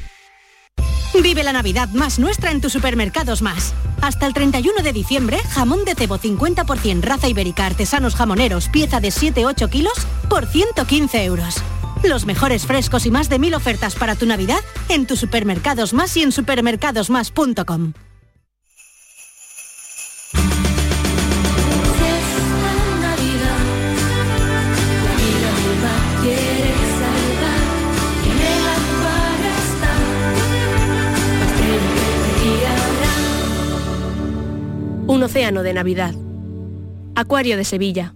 S16: Vive la Navidad más nuestra en tus supermercados más. Hasta el 31 de diciembre, jamón de cebo 50% raza ibérica artesanos jamoneros, pieza de 7-8 kilos, por 115 euros. Los mejores frescos y más de mil ofertas para tu Navidad en tus supermercados más y en supermercadosmás.com.
S10: Navidad, mi alma quiere salvar, en el altar está, más que lo que te guiará.
S17: Un océano de Navidad. Acuario de Sevilla.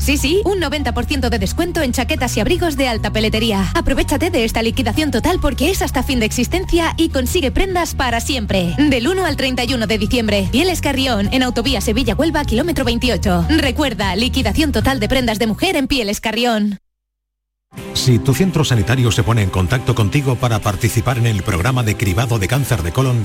S18: Sí, sí, un 90% de descuento en chaquetas y abrigos de alta peletería. Aprovechate de esta liquidación total porque es hasta fin de existencia y consigue prendas para siempre. Del 1 al 31 de diciembre, Pieles Carrión, en Autovía Sevilla-Huelva, kilómetro 28. Recuerda, liquidación total de prendas de mujer en Pieles Carrión.
S19: Si tu centro sanitario se pone en contacto contigo para participar en el programa de cribado de cáncer de colon,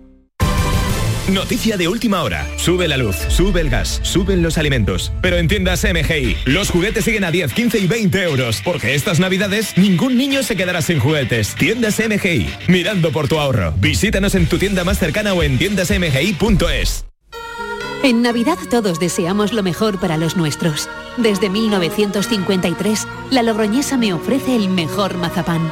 S20: Noticia de última hora. Sube la luz, sube el gas, suben los alimentos. Pero en tiendas MGI, los juguetes siguen a 10, 15 y 20 euros, porque estas navidades ningún niño se quedará sin juguetes. Tiendas MGI, mirando por tu ahorro. Visítanos en tu tienda más cercana o en tiendasmgi.es.
S21: En Navidad todos deseamos lo mejor para los nuestros. Desde 1953, la Logroñesa me ofrece el mejor mazapán.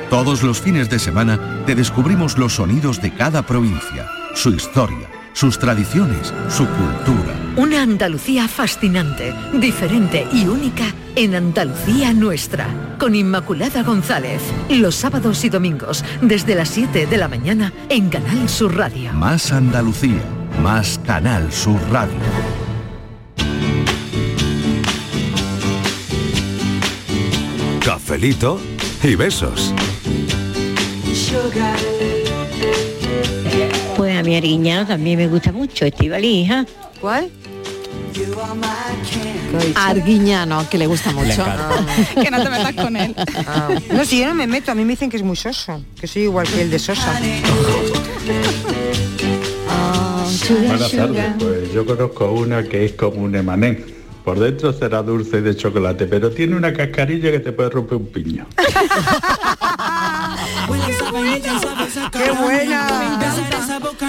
S2: Todos los fines de semana te descubrimos los sonidos de cada provincia, su historia, sus tradiciones, su cultura.
S1: Una Andalucía fascinante, diferente y única en Andalucía nuestra. Con Inmaculada González, los sábados y domingos desde las 7 de la mañana en Canal Sur Radio.
S2: Más Andalucía, más Canal Sur Radio.
S15: Cafelito y besos.
S22: Pues a mi ariñano también me gusta mucho, Estivali, hija. ¿Cuál?
S5: Arguiñano, que le gusta mucho.
S8: que no te metas con él.
S7: Ah. No, si yo no me meto, a mí me dicen que es muy soso, que soy igual que el de Sosa. Ah,
S23: Buenas tardes, pues yo conozco una que es como un emané. Por dentro será dulce y de chocolate, pero tiene una cascarilla que te puede romper un piño.
S7: ¡Qué buena!
S5: O sea, que,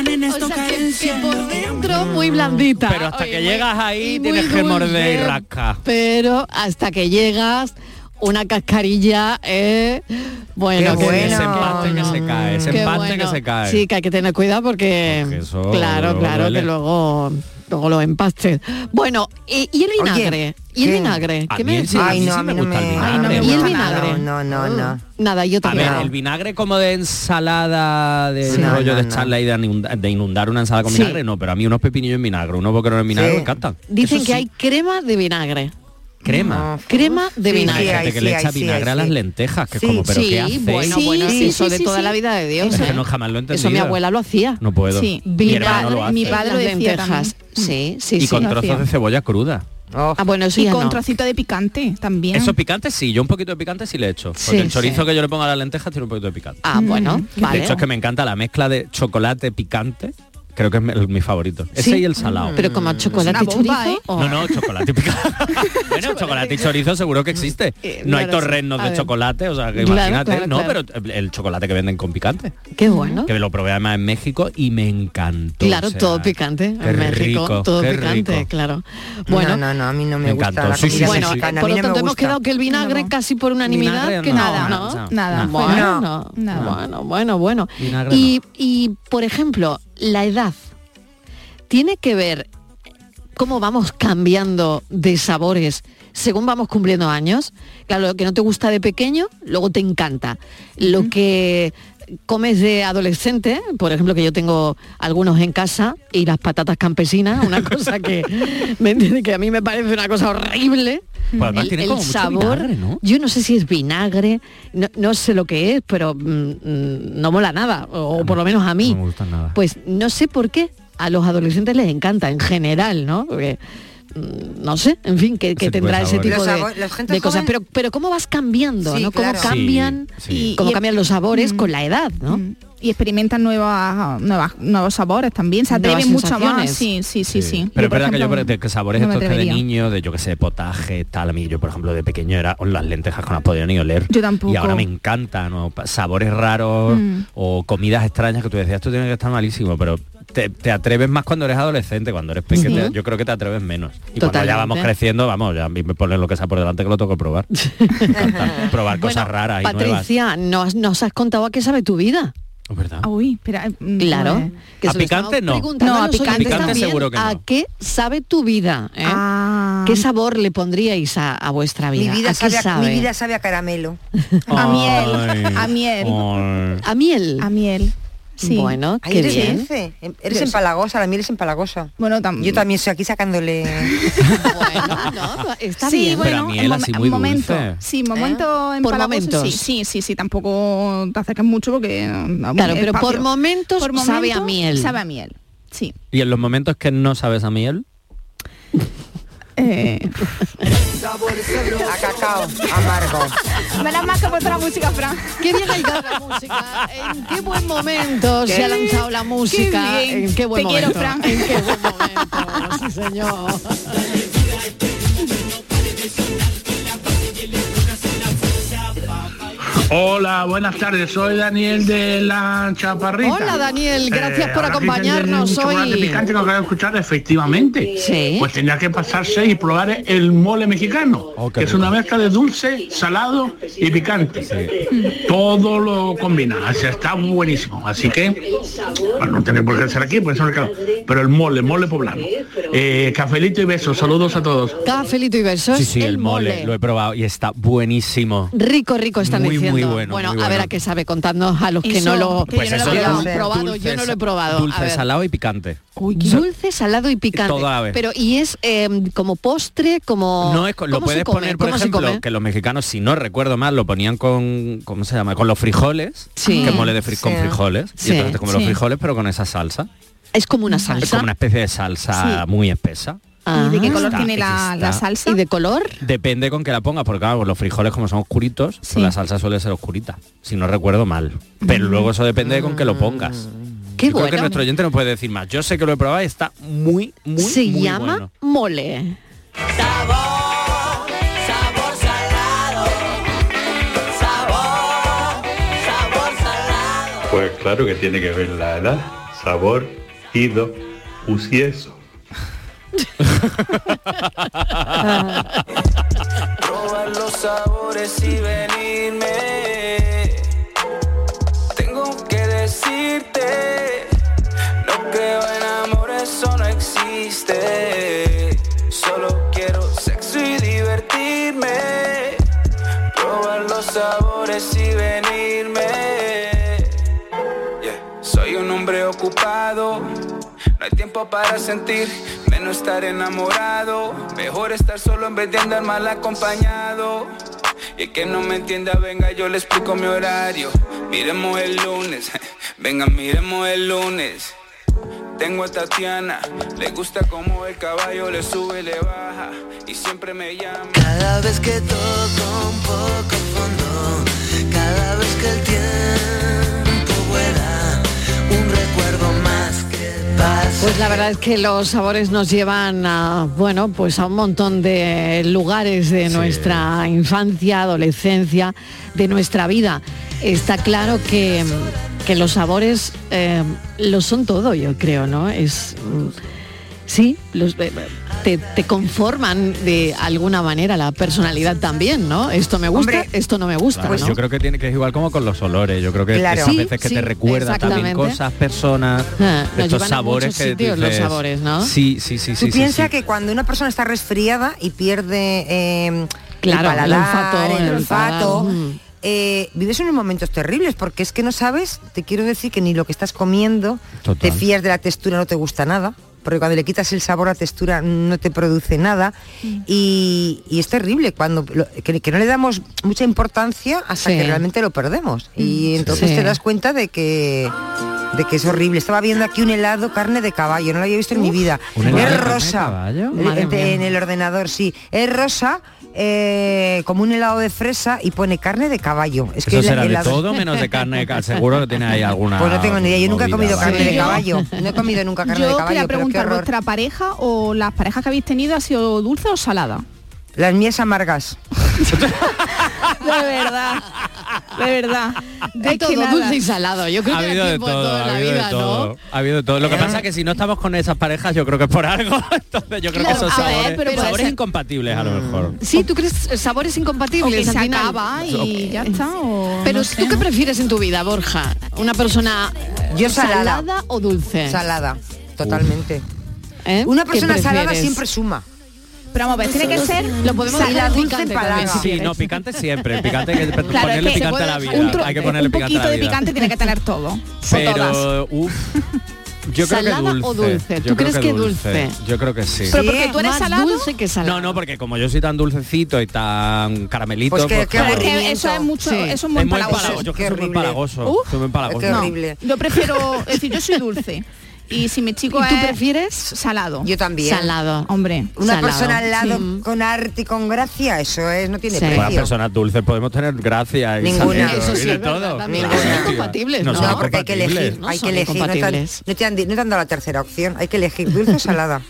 S5: que por dentro muy blandita.
S6: Pero hasta que llegas ahí
S5: y muy
S6: tienes que morder y
S5: dulce,
S6: rascar.
S5: Pero hasta que llegas, una cascarilla eh, bueno, pues,
S6: que
S5: que
S6: se empate que se cae, se
S5: Qué
S6: empate que
S5: bueno.
S6: se cae.
S5: Sí, que hay que tener cuidado porque,
S6: eso
S5: claro,
S6: luego
S5: claro,
S6: duele.
S5: que luego luego los empastes. Bueno, eh, y el
S7: Oye,
S5: vinagre, y el
S7: ¿qué?
S5: vinagre,
S6: A
S5: ¿qué
S6: mí
S5: me
S6: el-
S5: decís?
S6: a mí Ay, no, sí a me mí no gusta el me- vinagre,
S5: Ay, no me
S6: ¿Y el
S5: gusta
S6: vinagre?
S5: nada.
S7: No, no, no.
S5: Ah. Nada, yo
S6: A
S5: también.
S6: ver, el vinagre como de ensalada, de
S5: Sí.
S6: un
S5: No,
S6: rollo
S5: no,
S6: de
S5: no.
S6: charla y de inunda- de inundar una ensalada con
S5: Sí.
S6: vinagre, no, pero a mí unos pepinillos en vinagre, unos boquerones en vinagre
S5: Sí.
S6: me encantan.
S5: Dicen
S6: Eso
S5: que
S6: sí,
S5: hay crema de vinagre.
S6: crema.
S5: Crema de
S6: Hay
S5: vinagre.
S6: gente que le echa vinagre a las lentejas, que es como, pero
S5: sí,
S6: ¿qué hace?
S5: bueno, bueno, sí, eso de toda la vida de Dios.
S6: Es que
S5: ¿eh?
S6: no jamás lo he
S5: Eso mi
S6: entendido.
S5: abuela lo hacía.
S6: No puedo.
S5: Sí.
S6: Mi
S5: Mi
S6: hermano lo
S5: padre,
S6: hace.
S5: mi padre lo
S8: Las
S5: decía
S8: lentejas.
S5: también. Sí, sí,
S6: y
S5: sí.
S6: con
S5: lo
S6: trozos
S5: hacía.
S6: de cebolla cruda.
S5: Ah, bueno, eso
S8: y
S5: ya
S8: con
S5: no.
S8: trocito de picante también.
S6: Eso picante sí, yo un poquito de picante sí le echo. Porque
S8: Sí,
S6: el chorizo
S8: sí.
S6: que yo le pongo a las lentejas tiene un poquito de picante.
S5: Ah, bueno, vale.
S6: De hecho es que me encanta la mezcla de chocolate picante. Creo que es mi- mi favorito. Ese
S5: Sí.
S6: y el salado.
S5: Pero como chocolate
S8: Es una bomba,
S5: chorizo,
S8: ¿eh?
S5: o-
S6: No, no, chocolate picante. bueno, chocolate y chorizo seguro que existe. No hay
S5: Eh, claro,
S6: torrenos
S5: a
S6: de
S5: ver.
S6: chocolate, o sea, que
S5: Claro,
S6: imagínate.
S5: claro,
S6: no,
S5: claro.
S6: pero eh, el chocolate que venden con picante.
S5: Qué bueno.
S6: Que lo probé además en México y me encantó.
S5: Claro,
S6: o sea,
S5: todo picante. En
S6: qué
S5: México,
S6: rico,
S5: todo
S6: qué
S5: picante,
S6: rico.
S5: claro. Bueno,
S7: no, no, no, a mí no me,
S6: Me
S7: gusta
S6: encantó,
S7: la
S6: sí,
S7: comida
S6: sí, sí, sí.
S7: mexicana. a
S5: por
S7: mí no
S5: lo tanto
S7: me
S5: hemos
S7: gusta.
S5: quedado que el vinagre casi por unanimidad
S7: Vinagre,
S5: que
S7: no, no,
S5: nada, ¿no?
S7: no,
S5: Nada.
S7: no.
S5: Bueno,
S7: No.
S5: bueno, bueno, bueno.
S7: Vinagre
S5: Y, y, por ejemplo, la edad tiene que ver cómo vamos cambiando de sabores según vamos cumpliendo años. Claro, lo que no te gusta de pequeño, luego te encanta. Lo que comes de adolescente, por ejemplo, que yo tengo algunos en casa y las patatas campesinas, una cosa que me entiende que a mí me parece una cosa horrible.
S6: Pues además tiene como mucho vinagre, ¿no?
S5: yo no sé si es vinagre, no, no sé lo que es, pero mm, mm, no mola nada, o por lo menos a mí. Pues no sé por qué a los adolescentes les encanta en general, ¿no? Porque, mm, no sé, en fin, que, que
S7: Ese tipo de
S5: tendrá ese
S7: sabores.
S5: tipo
S7: Los
S5: de,
S7: sabores, la gente
S5: de cosas.
S7: joven-
S5: Pero, pero cómo vas cambiando,
S7: Sí,
S5: ¿no? Cómo
S7: claro.
S5: cambian, Mm.
S6: Sí, sí.
S5: cómo
S8: y-
S5: cambian los sabores con la edad, ¿no?
S8: Mm. y experimentan nuevas, nuevas, nuevos sabores también. Se
S5: Nuevas
S8: atreven mucho más. Sí,
S5: sensaciones.
S8: sí, sí, sí.
S6: Pero es
S8: Yo, por
S6: verdad que yo,
S8: ejemplo,
S6: por- de que sabores
S8: no me
S6: estos que de
S8: atrevería.
S6: niño, de yo que sé, potaje, tal, a mí yo, por ejemplo, de pequeño era oh, las lentejas que no las podía ni oler.
S8: Yo tampoco.
S6: Y ahora me encantan, o pa- sabores raros,
S8: Mm.
S6: o comidas extrañas que tú decías, esto tiene que estar malísimo, pero te, te atreves más cuando eres adolescente, cuando eres pequeño,
S5: Sí.
S6: yo creo que te atreves menos. Y cuando
S5: Totalmente.
S6: ya vamos creciendo, vamos, ya a mí me ponen lo que sea por delante que lo tengo que probar. Me encanta probar cosas raras y nuevas.
S5: Patricia, nos, nos has contado a qué sabe tu vida.
S6: Es Oh, verdad.
S8: Uy, espera. mm, eh.
S5: Claro. que
S6: A
S5: se lo estamos
S6: picante no.
S5: preguntando
S6: No, a
S5: nosotros
S6: picante Picante
S5: también.
S6: seguro que no.
S5: ¿A qué sabe tu vida? eh?
S8: Ah.
S5: ¿Qué sabor le pondríais a, a vuestra
S7: Mi
S5: vida?
S7: vida,
S5: ¿A qué
S7: sabe a,
S5: sabe?
S7: mi vida sabe a caramelo.
S8: A miel,
S6: Ay.
S8: a miel.
S5: ¿A miel?
S8: A miel. Sí.
S5: Bueno,
S7: Ay, eres dulce, em- Eres
S8: Yo-
S7: empalagosa, la miel es empalagosa.
S8: Bueno,
S7: Yo también estoy aquí sacándole.
S5: Ah, está
S8: Ah,
S5: Ah,
S8: sí,
S7: bien.
S8: bueno,
S7: Pero a miel
S8: en
S7: así
S8: momen-
S7: muy
S8: momento,
S7: dulce.
S8: sí, momento en
S5: Por
S8: empalagoso,
S5: momentos.
S8: sí, sí, sí, sí, tampoco te acercas mucho porque no,
S5: Claro,
S8: el
S5: pero por
S8: espacio.
S5: momentos sabe a
S8: momento
S5: miel.
S8: Sabe a miel. Sí.
S6: Y en los momentos que no sabes a miel,
S8: Eh,
S7: A cacao, amargo.
S8: Menos mal que he puesto la música, Fran.
S5: Qué bien ha ido la música. En qué buen momento Oh, se ha lanzado la música.
S8: Qué bien.
S5: En qué buen
S8: Te
S5: momento.
S8: quiero, Fran.
S5: En qué buen momento. Sí, señor.
S14: Hola, buenas tardes. Soy Daniel de la Chaparrita. Eh,
S5: Hola, Daniel, gracias por
S14: ahora que
S5: acompañarnos
S14: dicen del chocolate
S5: hoy.
S14: picante que acabo de escuchar, efectivamente.
S5: Sí.
S14: Pues tendría que pasarse y probar el mole mexicano,
S6: Oh,
S14: que es una mezcla de dulce, salado y picante. Todo lo combina. O sea, está buenísimo. Así que bueno, no tiene por qué ser aquí, puede ser mercado. Pero el mole, mole poblano. Eh, cafelito y besos. Saludos a todos.
S5: Cafelito y besos.
S6: sí, sí, el, mole, lo he probado y está buenísimo.
S5: Rico, rico están
S6: Muy, muy
S5: diciendo.
S6: bueno, muy
S5: a ver
S6: bueno.
S5: a qué sabe contadnos a los que
S6: Eso,
S5: no lo,
S6: que Pues yo no lo
S5: que
S6: eso,
S5: lo han
S6: dulce,
S5: probado. yo no lo he probado. A
S6: Dulce,
S5: ver.
S6: salado y picante.
S5: Dulce, salado y picante.
S6: Todo a la vez.
S5: Pero y es eh, como postre, como
S6: No es con- lo
S5: Oh, ¿cómo se
S6: puedes
S5: come?
S6: poner, por
S5: ¿Cómo se
S6: ejemplo,
S5: come?
S6: que los mexicanos, si no recuerdo mal, lo ponían con ¿cómo se llama? Con los frijoles,
S5: Sí.
S6: que es mole de fri- con
S5: Sí.
S6: frijoles,
S5: Sí,
S6: y entonces te comes los
S5: sí.
S6: frijoles pero con esa salsa.
S5: Es como una
S6: Es
S5: salsa.
S6: como una especie de salsa
S5: Sí.
S6: muy espesa.
S5: Ah.
S8: ¿Y de qué color
S6: Está,
S8: tiene la, la
S6: está.
S8: salsa?
S5: ¿Y de color?
S6: Depende con qué la pongas, porque claro, los frijoles como son oscuritos, pues la salsa suele ser oscurita, si no recuerdo mal. Pero luego eso depende de con qué lo pongas.
S5: Qué
S6: Yo creo que
S5: bueno.
S6: nuestro oyente no puede decir más. Yo sé que lo he probado y está muy, muy,
S5: Se
S6: muy
S5: llama
S6: bueno.
S5: mole.
S10: Sabor salado. Sabor, sabor salado.
S23: Pues claro que tiene que ver la edad, sabor, ido, usieso.
S10: Probar los sabores y venirme. Tengo que decirte, no creo en amor, eso no existe. Solo quiero sexo y divertirme. Probar los sabores y venirme. Yeah. Soy un hombre ocupado, no hay tiempo para sentir, menos estar enamorado. Mejor estar solo en vez de andar mal acompañado. Y el que no me entienda, venga, yo le explico mi horario. Miremos el lunes, venga, miremos el lunes. Tengo a Tatiana, le gusta como el caballo le sube y le baja. Y siempre me llama.
S24: Cada vez que toco un poco fondo, cada vez que el tiempo vuela, un recuerdo más que pasa.
S5: Pues la verdad es que los sabores nos llevan a, bueno, pues a un montón de lugares de nuestra infancia, adolescencia, de nuestra vida. Está claro que, que los sabores eh, lo son todo, yo creo, ¿no? Es mm, sí, los eh, te, te conforman de alguna manera la personalidad también, ¿no? Esto me gusta, esto no me gusta.
S6: Claro,
S8: pues
S5: ¿no?
S6: Yo creo que tiene que es igual como con los olores. Yo creo que
S5: Claro.
S6: esas
S5: Sí,
S6: veces que
S5: sí,
S6: te recuerda también
S5: exactamente.
S6: cosas, personas,
S5: Ah, nos
S6: estos
S5: llevan a
S6: sabores
S5: muchos
S6: que
S5: sitios los
S6: dices,
S5: sabores, ¿no?
S6: Sí, sí, sí,
S7: Tú
S6: sí. sí,
S7: piensas
S6: sí.
S7: que cuando una persona está resfriada y pierde eh,
S5: Claro,
S7: el paladar,
S5: el olfato,
S7: el
S5: el
S7: olfato,
S5: paladar, mm.
S7: eh, vives unos momentos terribles porque es que no sabes, te quiero decir que ni lo que estás comiendo,
S4: Total.
S7: te fías de la textura, no te gusta nada. Porque cuando le quitas el sabor a la textura no te produce nada. Y, y es terrible cuando lo- que, que no le damos mucha importancia hasta
S5: Sí.
S6: Mm.
S7: que realmente lo perdemos. Y entonces
S5: Sí.
S7: te das cuenta de que de que es horrible. Estaba viendo aquí un helado carne de caballo, no lo había visto en mi vida.
S6: ¿Un helado de
S7: es
S6: carne de
S7: rosa.
S6: caballo?
S7: Eh,
S6: Madre
S7: en-
S6: mía.
S7: en el ordenador, sí. Es rosa. eh, como un helado de fresa y pone carne de caballo. Es
S6: Eso
S7: que el-
S6: será de
S7: helado-
S6: todo menos de carne de caballo. Seguro que tiene ahí alguna.
S7: Pues no tengo ni idea, yo nunca he
S6: movida,
S7: comido
S6: ¿vale?
S7: carne de caballo. No he comido nunca carne
S8: Yo
S7: de
S8: quería
S7: caballo, pero qué
S8: preguntar,
S7: horror.
S8: ¿vuestra pareja o las parejas que habéis tenido ha sido dulce o salada?
S7: Las mías amargas.
S8: De verdad, de verdad.
S5: De
S8: Es que
S5: todo,
S8: nada.
S5: dulce y salado. Yo creo
S6: Ha
S5: que
S6: habido
S5: da
S6: de
S5: tiempo a
S6: todo,
S5: toda
S6: ha
S5: la
S6: habido de
S5: vida,
S6: todo, ha habido de todo. Lo que pasa es que si no estamos con esas parejas, yo creo que es por algo. Entonces yo creo que
S5: Claro,
S6: son
S5: a ver,
S6: sabores,
S5: pero puede
S6: sabores
S5: ser-
S6: incompatibles a lo mejor.
S5: ¿no? Sí, tú crees eh, sabores incompatibles.
S8: O que se
S5: al final?
S8: acaba y Ok. ya está,
S5: Pero ¿tú qué prefieres en tu vida, Borja? ¿Una persona eh,
S7: Yo salada.
S5: o dulce?
S7: Salada, totalmente.
S5: ¿Eh?
S7: Una
S5: ¿Qué
S7: persona salada
S5: prefieres?
S7: siempre suma.
S8: Pero vamos a ver, tiene que ser
S5: Lo podemos
S7: Y la
S5: dejar
S7: dulce
S5: picante
S7: empalaga.
S5: también, si
S6: Sí,
S5: quieres.
S6: no, picante siempre. Picante hay que
S8: Claro, es
S6: ponerle
S8: que se
S6: picante a la
S8: puede-
S6: vida.
S8: un tro-
S6: hay que ponerle
S8: un
S6: picante a
S8: poquito
S6: la
S8: de
S6: vida.
S8: picante tiene que tener todo. o todas.
S6: Pero, uff. Yo creo que
S8: ¿Salada
S6: dulce.
S8: o dulce?
S6: yo creo
S8: ¿Tú crees que dulce?
S6: Yo creo que sí.
S8: Pero porque tú eres
S5: Más
S8: salado.
S5: dulce que salado.
S6: No, no, porque como yo soy tan dulcecito y tan caramelito,
S7: Pues que- que
S6: claro.
S8: Es que eso es mucho,
S5: Sí.
S8: eso es muy empalagoso.
S6: empalagoso, Yo que soy muy empalagoso.
S8: Uf,
S6: soy muy empalagoso.
S7: qué horrible.
S8: Yo prefiero, es decir, yo soy dulce. Y si mi chico
S5: ¿Y tú
S8: es
S5: prefieres?
S8: salado.
S7: Yo también.
S5: Salado.
S8: Hombre.
S7: Una
S5: Salado.
S7: persona al lado
S5: Sí.
S7: con arte y con gracia, eso es, no tiene
S5: Sí.
S6: Pues las
S7: precio.
S6: personas dulces podemos tener gracia y
S7: Ninguna.
S6: salero
S7: Eso
S6: y
S7: sí,
S6: de
S7: es verdad,
S6: todo.
S7: también.
S6: Claro,
S7: Ninguna.
S6: tío.
S5: Incompatibles,
S6: No,
S5: ¿no?
S6: son
S7: No, porque hay que
S6: incompatibles.
S7: elegir,
S5: No
S7: hay que
S5: son
S7: elegir. No te, han,
S5: incompatibles.
S7: no te han di- no te han dado la tercera opción, hay que elegir dulce o salada.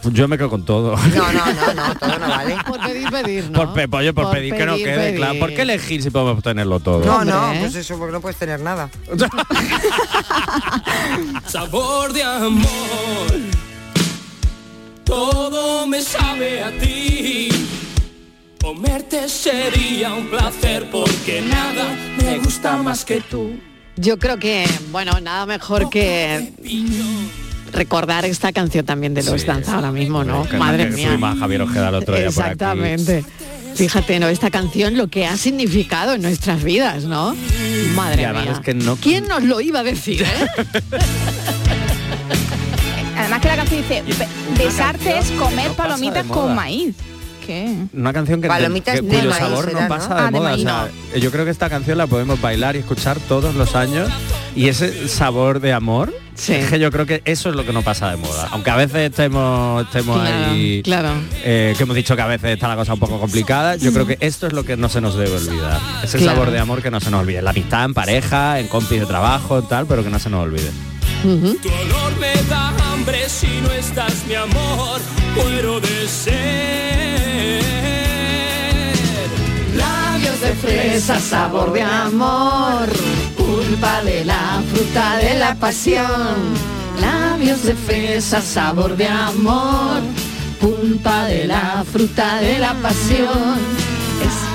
S6: Pues Yo me quedo con todo.
S7: No, no, no, no, todo no vale.
S5: Por pedir, pedir, ¿no?
S6: Por, pe- oye, por, pedir, que no
S5: pedir,
S6: quede,
S5: pedir.
S6: claro. ¿Por qué elegir si podemos tenerlo todo?
S7: No,
S5: Hombre,
S7: no,
S5: ¿eh?
S7: pues eso, porque no puedes tener nada.
S10: Sabor de amor. Todo me sabe a ti. Comerte sería un placer porque nada me gusta más que tú.
S5: Yo creo que, bueno, nada mejor que recordar esta canción también de los
S6: Sí.
S5: Danza ahora mismo, ¿no?
S6: Que-
S5: Madre
S6: que
S5: mía.
S6: Tuvimos a Javier Ojeda el otro día por aquí.
S5: Exactamente. Fíjate, ¿no? Esta canción lo que ha significado en nuestras vidas, ¿no?
S6: Y
S5: Madre
S6: además
S5: mía.
S6: es que no-
S5: ¿Quién nos lo iba a decir, eh?
S8: Además que la canción dice, "Be- besarte es comer
S6: pasa de
S8: palomitas
S6: moda.
S8: con maíz. ¿Qué?
S6: Una canción que,
S7: Palomitas
S6: que-
S7: de
S6: cuyo
S7: maíz
S6: sabor
S7: será,
S6: no
S7: ¿no?
S6: pasa
S8: Ah,
S6: de
S8: de
S6: moda.
S8: maíz,
S6: o sea, Yo creo que esta canción la podemos bailar y escuchar todos los años y ese sabor de amor,
S5: Sí.
S6: es que yo creo que eso es lo que no pasa de moda. Aunque a veces estemos, estemos
S5: Claro,
S6: ahí,
S5: claro.
S6: eh, que hemos dicho que a veces está la cosa un poco complicada, yo creo que esto es lo que no se nos debe olvidar. Es el
S5: Claro.
S6: sabor de amor que no se nos olvide. La amistad en pareja, en compis de trabajo, tal, pero que no se nos olvide.
S5: Ujú.
S10: Tu olor me da hambre si no estás mi amor, muero de sed.
S5: Labios de fresa, sabor de amor, culpa de la fruta de la pasión. Labios de fresa, sabor de amor, culpa de la fruta de la pasión. Es-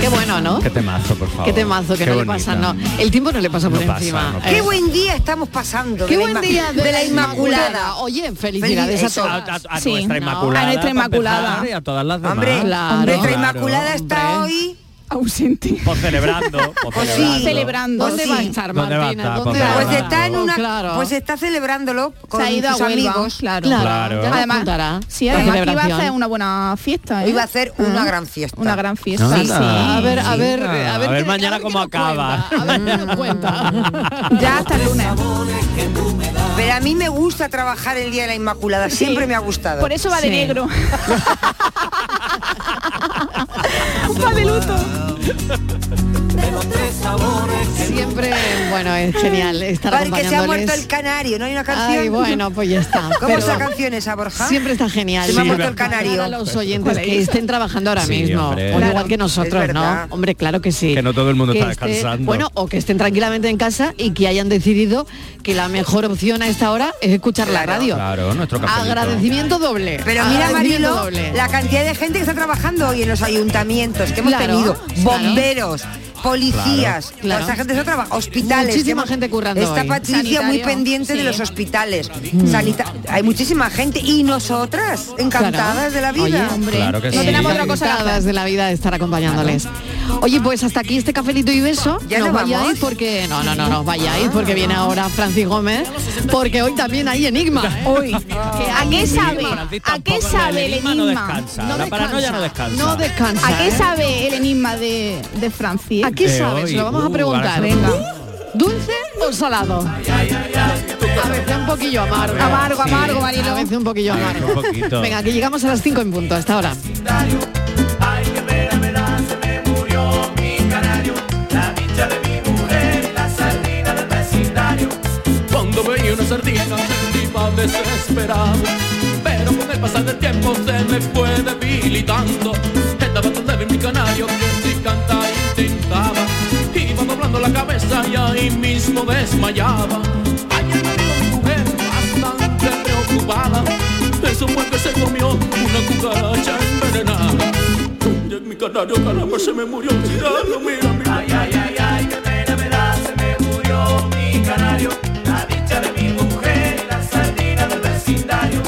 S5: Qué bueno, ¿no?
S6: Qué temazo, por favor.
S5: Qué temazo que
S6: Qué
S5: no le
S6: bonita.
S5: pasa, no. El tiempo no le pasa
S6: No
S5: por
S6: pasa,
S5: encima.
S6: no pasa.
S5: Eh,
S7: Qué buen día estamos pasando.
S5: qué
S7: de la
S5: buen
S7: inma-
S5: día
S7: de la Inmaculada.
S5: Oye, felicidades
S7: Feliz-
S5: a
S6: a,
S5: todas.
S6: a- a
S8: Sí,
S6: nuestra
S8: no.
S6: inmaculada
S8: A nuestra
S6: para
S8: Inmaculada.
S6: empezar, y a todas las demás
S7: Hombre,
S5: Claro.
S7: nuestra
S6: Claro.
S7: Inmaculada está
S5: Hombre.
S7: hoy.
S8: Ausente.
S6: por celebrando por
S7: Pues sí. Pues
S6: celebrando.
S8: Celebrando.
S5: ¿Dónde
S7: sí.
S5: va a estar
S6: ¿Dónde va a
S5: Martina?
S6: estar?
S5: ¿Dónde
S6: Pues
S5: va a
S7: Pues
S6: Claro.
S5: estar?
S7: está en una,
S5: Claro.
S7: pues está celebrándolo
S8: Se
S7: con
S8: ha ido a
S7: sus
S8: Huelva,
S7: amigos.
S8: claro.
S5: Claro,
S6: Claro.
S5: ya nos contará
S8: Además, sí,
S5: la
S8: además que iba a
S5: celebración.
S8: hacer una buena fiesta. ¿eh?
S7: Iba a hacer una
S8: Ah,
S7: gran fiesta.
S8: Una gran
S7: Pues
S8: fiesta.
S6: Anda.
S8: sí.
S5: A ver, a ver, a ver,
S6: A ver
S5: qué-
S6: mañana
S5: qué
S6: cómo
S5: nos
S6: acaba.
S5: cuenta, A ver qué nos cuenta.
S8: Ya hasta el lunes.
S7: Pero a mí me gusta trabajar el día de la Inmaculada, siempre me ha gustado.
S8: Por eso va de
S5: Sí.
S8: negro. va de luto.
S5: Siempre, bueno, es genial estar
S7: Vale, que se ha
S5: acompañándoles.
S7: muerto el canario, ¿no hay una canción?
S5: Ay, bueno, pues ya está.
S7: ¿Cómo
S5: Pero
S7: esa canción esa, Borja?
S5: Siempre está genial.
S7: Se me ha
S6: Sí,
S7: muerto el
S6: verdad. Pues,
S7: canario.
S5: A los oyentes que este estén trabajando ahora
S6: Sí,
S5: mismo,
S6: hombre.
S5: Bueno,
S6: Claro,
S5: igual que nosotros,
S7: es
S5: ¿no?
S7: verdad.
S5: Hombre, claro que sí.
S6: Que no todo el mundo está
S5: esté-
S6: descansando.
S5: Bueno, o que estén tranquilamente en casa y que hayan decidido que la mejor opción a esta hora es escuchar la
S7: Claro.
S5: radio.
S6: Claro, nuestro cafelito.
S5: Agradecimiento doble.
S7: Pero mira,
S5: Agradecimiento
S7: Marilo,
S5: Ah, doble.
S7: la cantidad de gente que está trabajando hoy en los ayuntamientos que hemos
S5: Claro,
S7: tenido,
S5: claro.
S7: bomberos, policías, toda
S5: Claro.
S7: esa gente está trabajando, hospitales.
S5: Muchísima
S7: que hemos-
S5: gente currando
S7: Está
S5: hoy. Mm.
S7: Patricia muy
S8: Sanitario,
S7: pendiente
S8: sí.
S7: de los hospitales. sanita- Hay muchísima gente y nosotras encantadas de la vida.
S5: Oye, hombre,
S6: Claro que
S8: no
S6: sí.
S8: tenemos otra cosa que hacer.
S5: encantadas de la vida de estar acompañándoles. Oye, pues hasta aquí este cafelito y beso.
S7: Ya
S5: no
S7: nos vamos.
S5: vayáis porque no, no, no, no os vayáis porque
S8: Ah.
S5: viene ahora Francis Gómez, porque hoy también hay enigma. ¿eh?
S8: Hoy. ¿A qué sabe? ¿A qué sabe el
S6: No
S8: enigma?
S6: descansa. la paranoia no descansa.
S5: No descansa.
S8: ¿A qué
S5: ¿eh?
S8: sabe el enigma de, de Francia?
S5: ¿A qué
S6: Eh,
S5: sabes?
S6: hoy,
S5: Lo vamos a
S6: uh,
S5: preguntar.
S6: ahora
S5: ¿Dulce o o salado? A veces un poquillo amargo.
S8: Amargo, amargo, Marilo.
S5: A veces un poquillo amargo.
S6: Un poquito.
S5: Venga, que llegamos a las 5 en punto, hasta ahora.
S4: de mi mujer y la sardina del vecindario. Cuando veía una sardina me iba desesperado, pero con el pasar del tiempo se me fue debilitando. Estaba tan débil mi canario que si cantar intentaba, iba doblando la cabeza y ahí mismo desmayaba. Ayer me vio mi mujer bastante preocupada, eso fue que se comió una cucaracha envenenada. Oye, Mi canario caramba se me murió, tirando, mira, mira. Ay, ay, ay, ay, qué pena me da, se me murió mi canario. La dicha de mi mujer y la sardina del vecindario.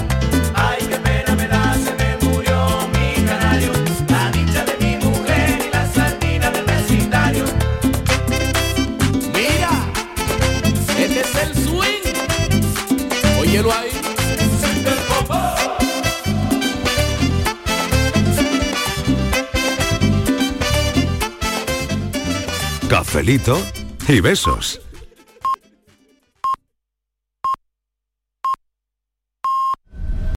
S4: Ay, qué pena me da, se me murió mi canario. La dicha de mi mujer y la sardina del vecindario. Mira, este es el swing. Óyelo ahí.
S15: Cafelito y besos.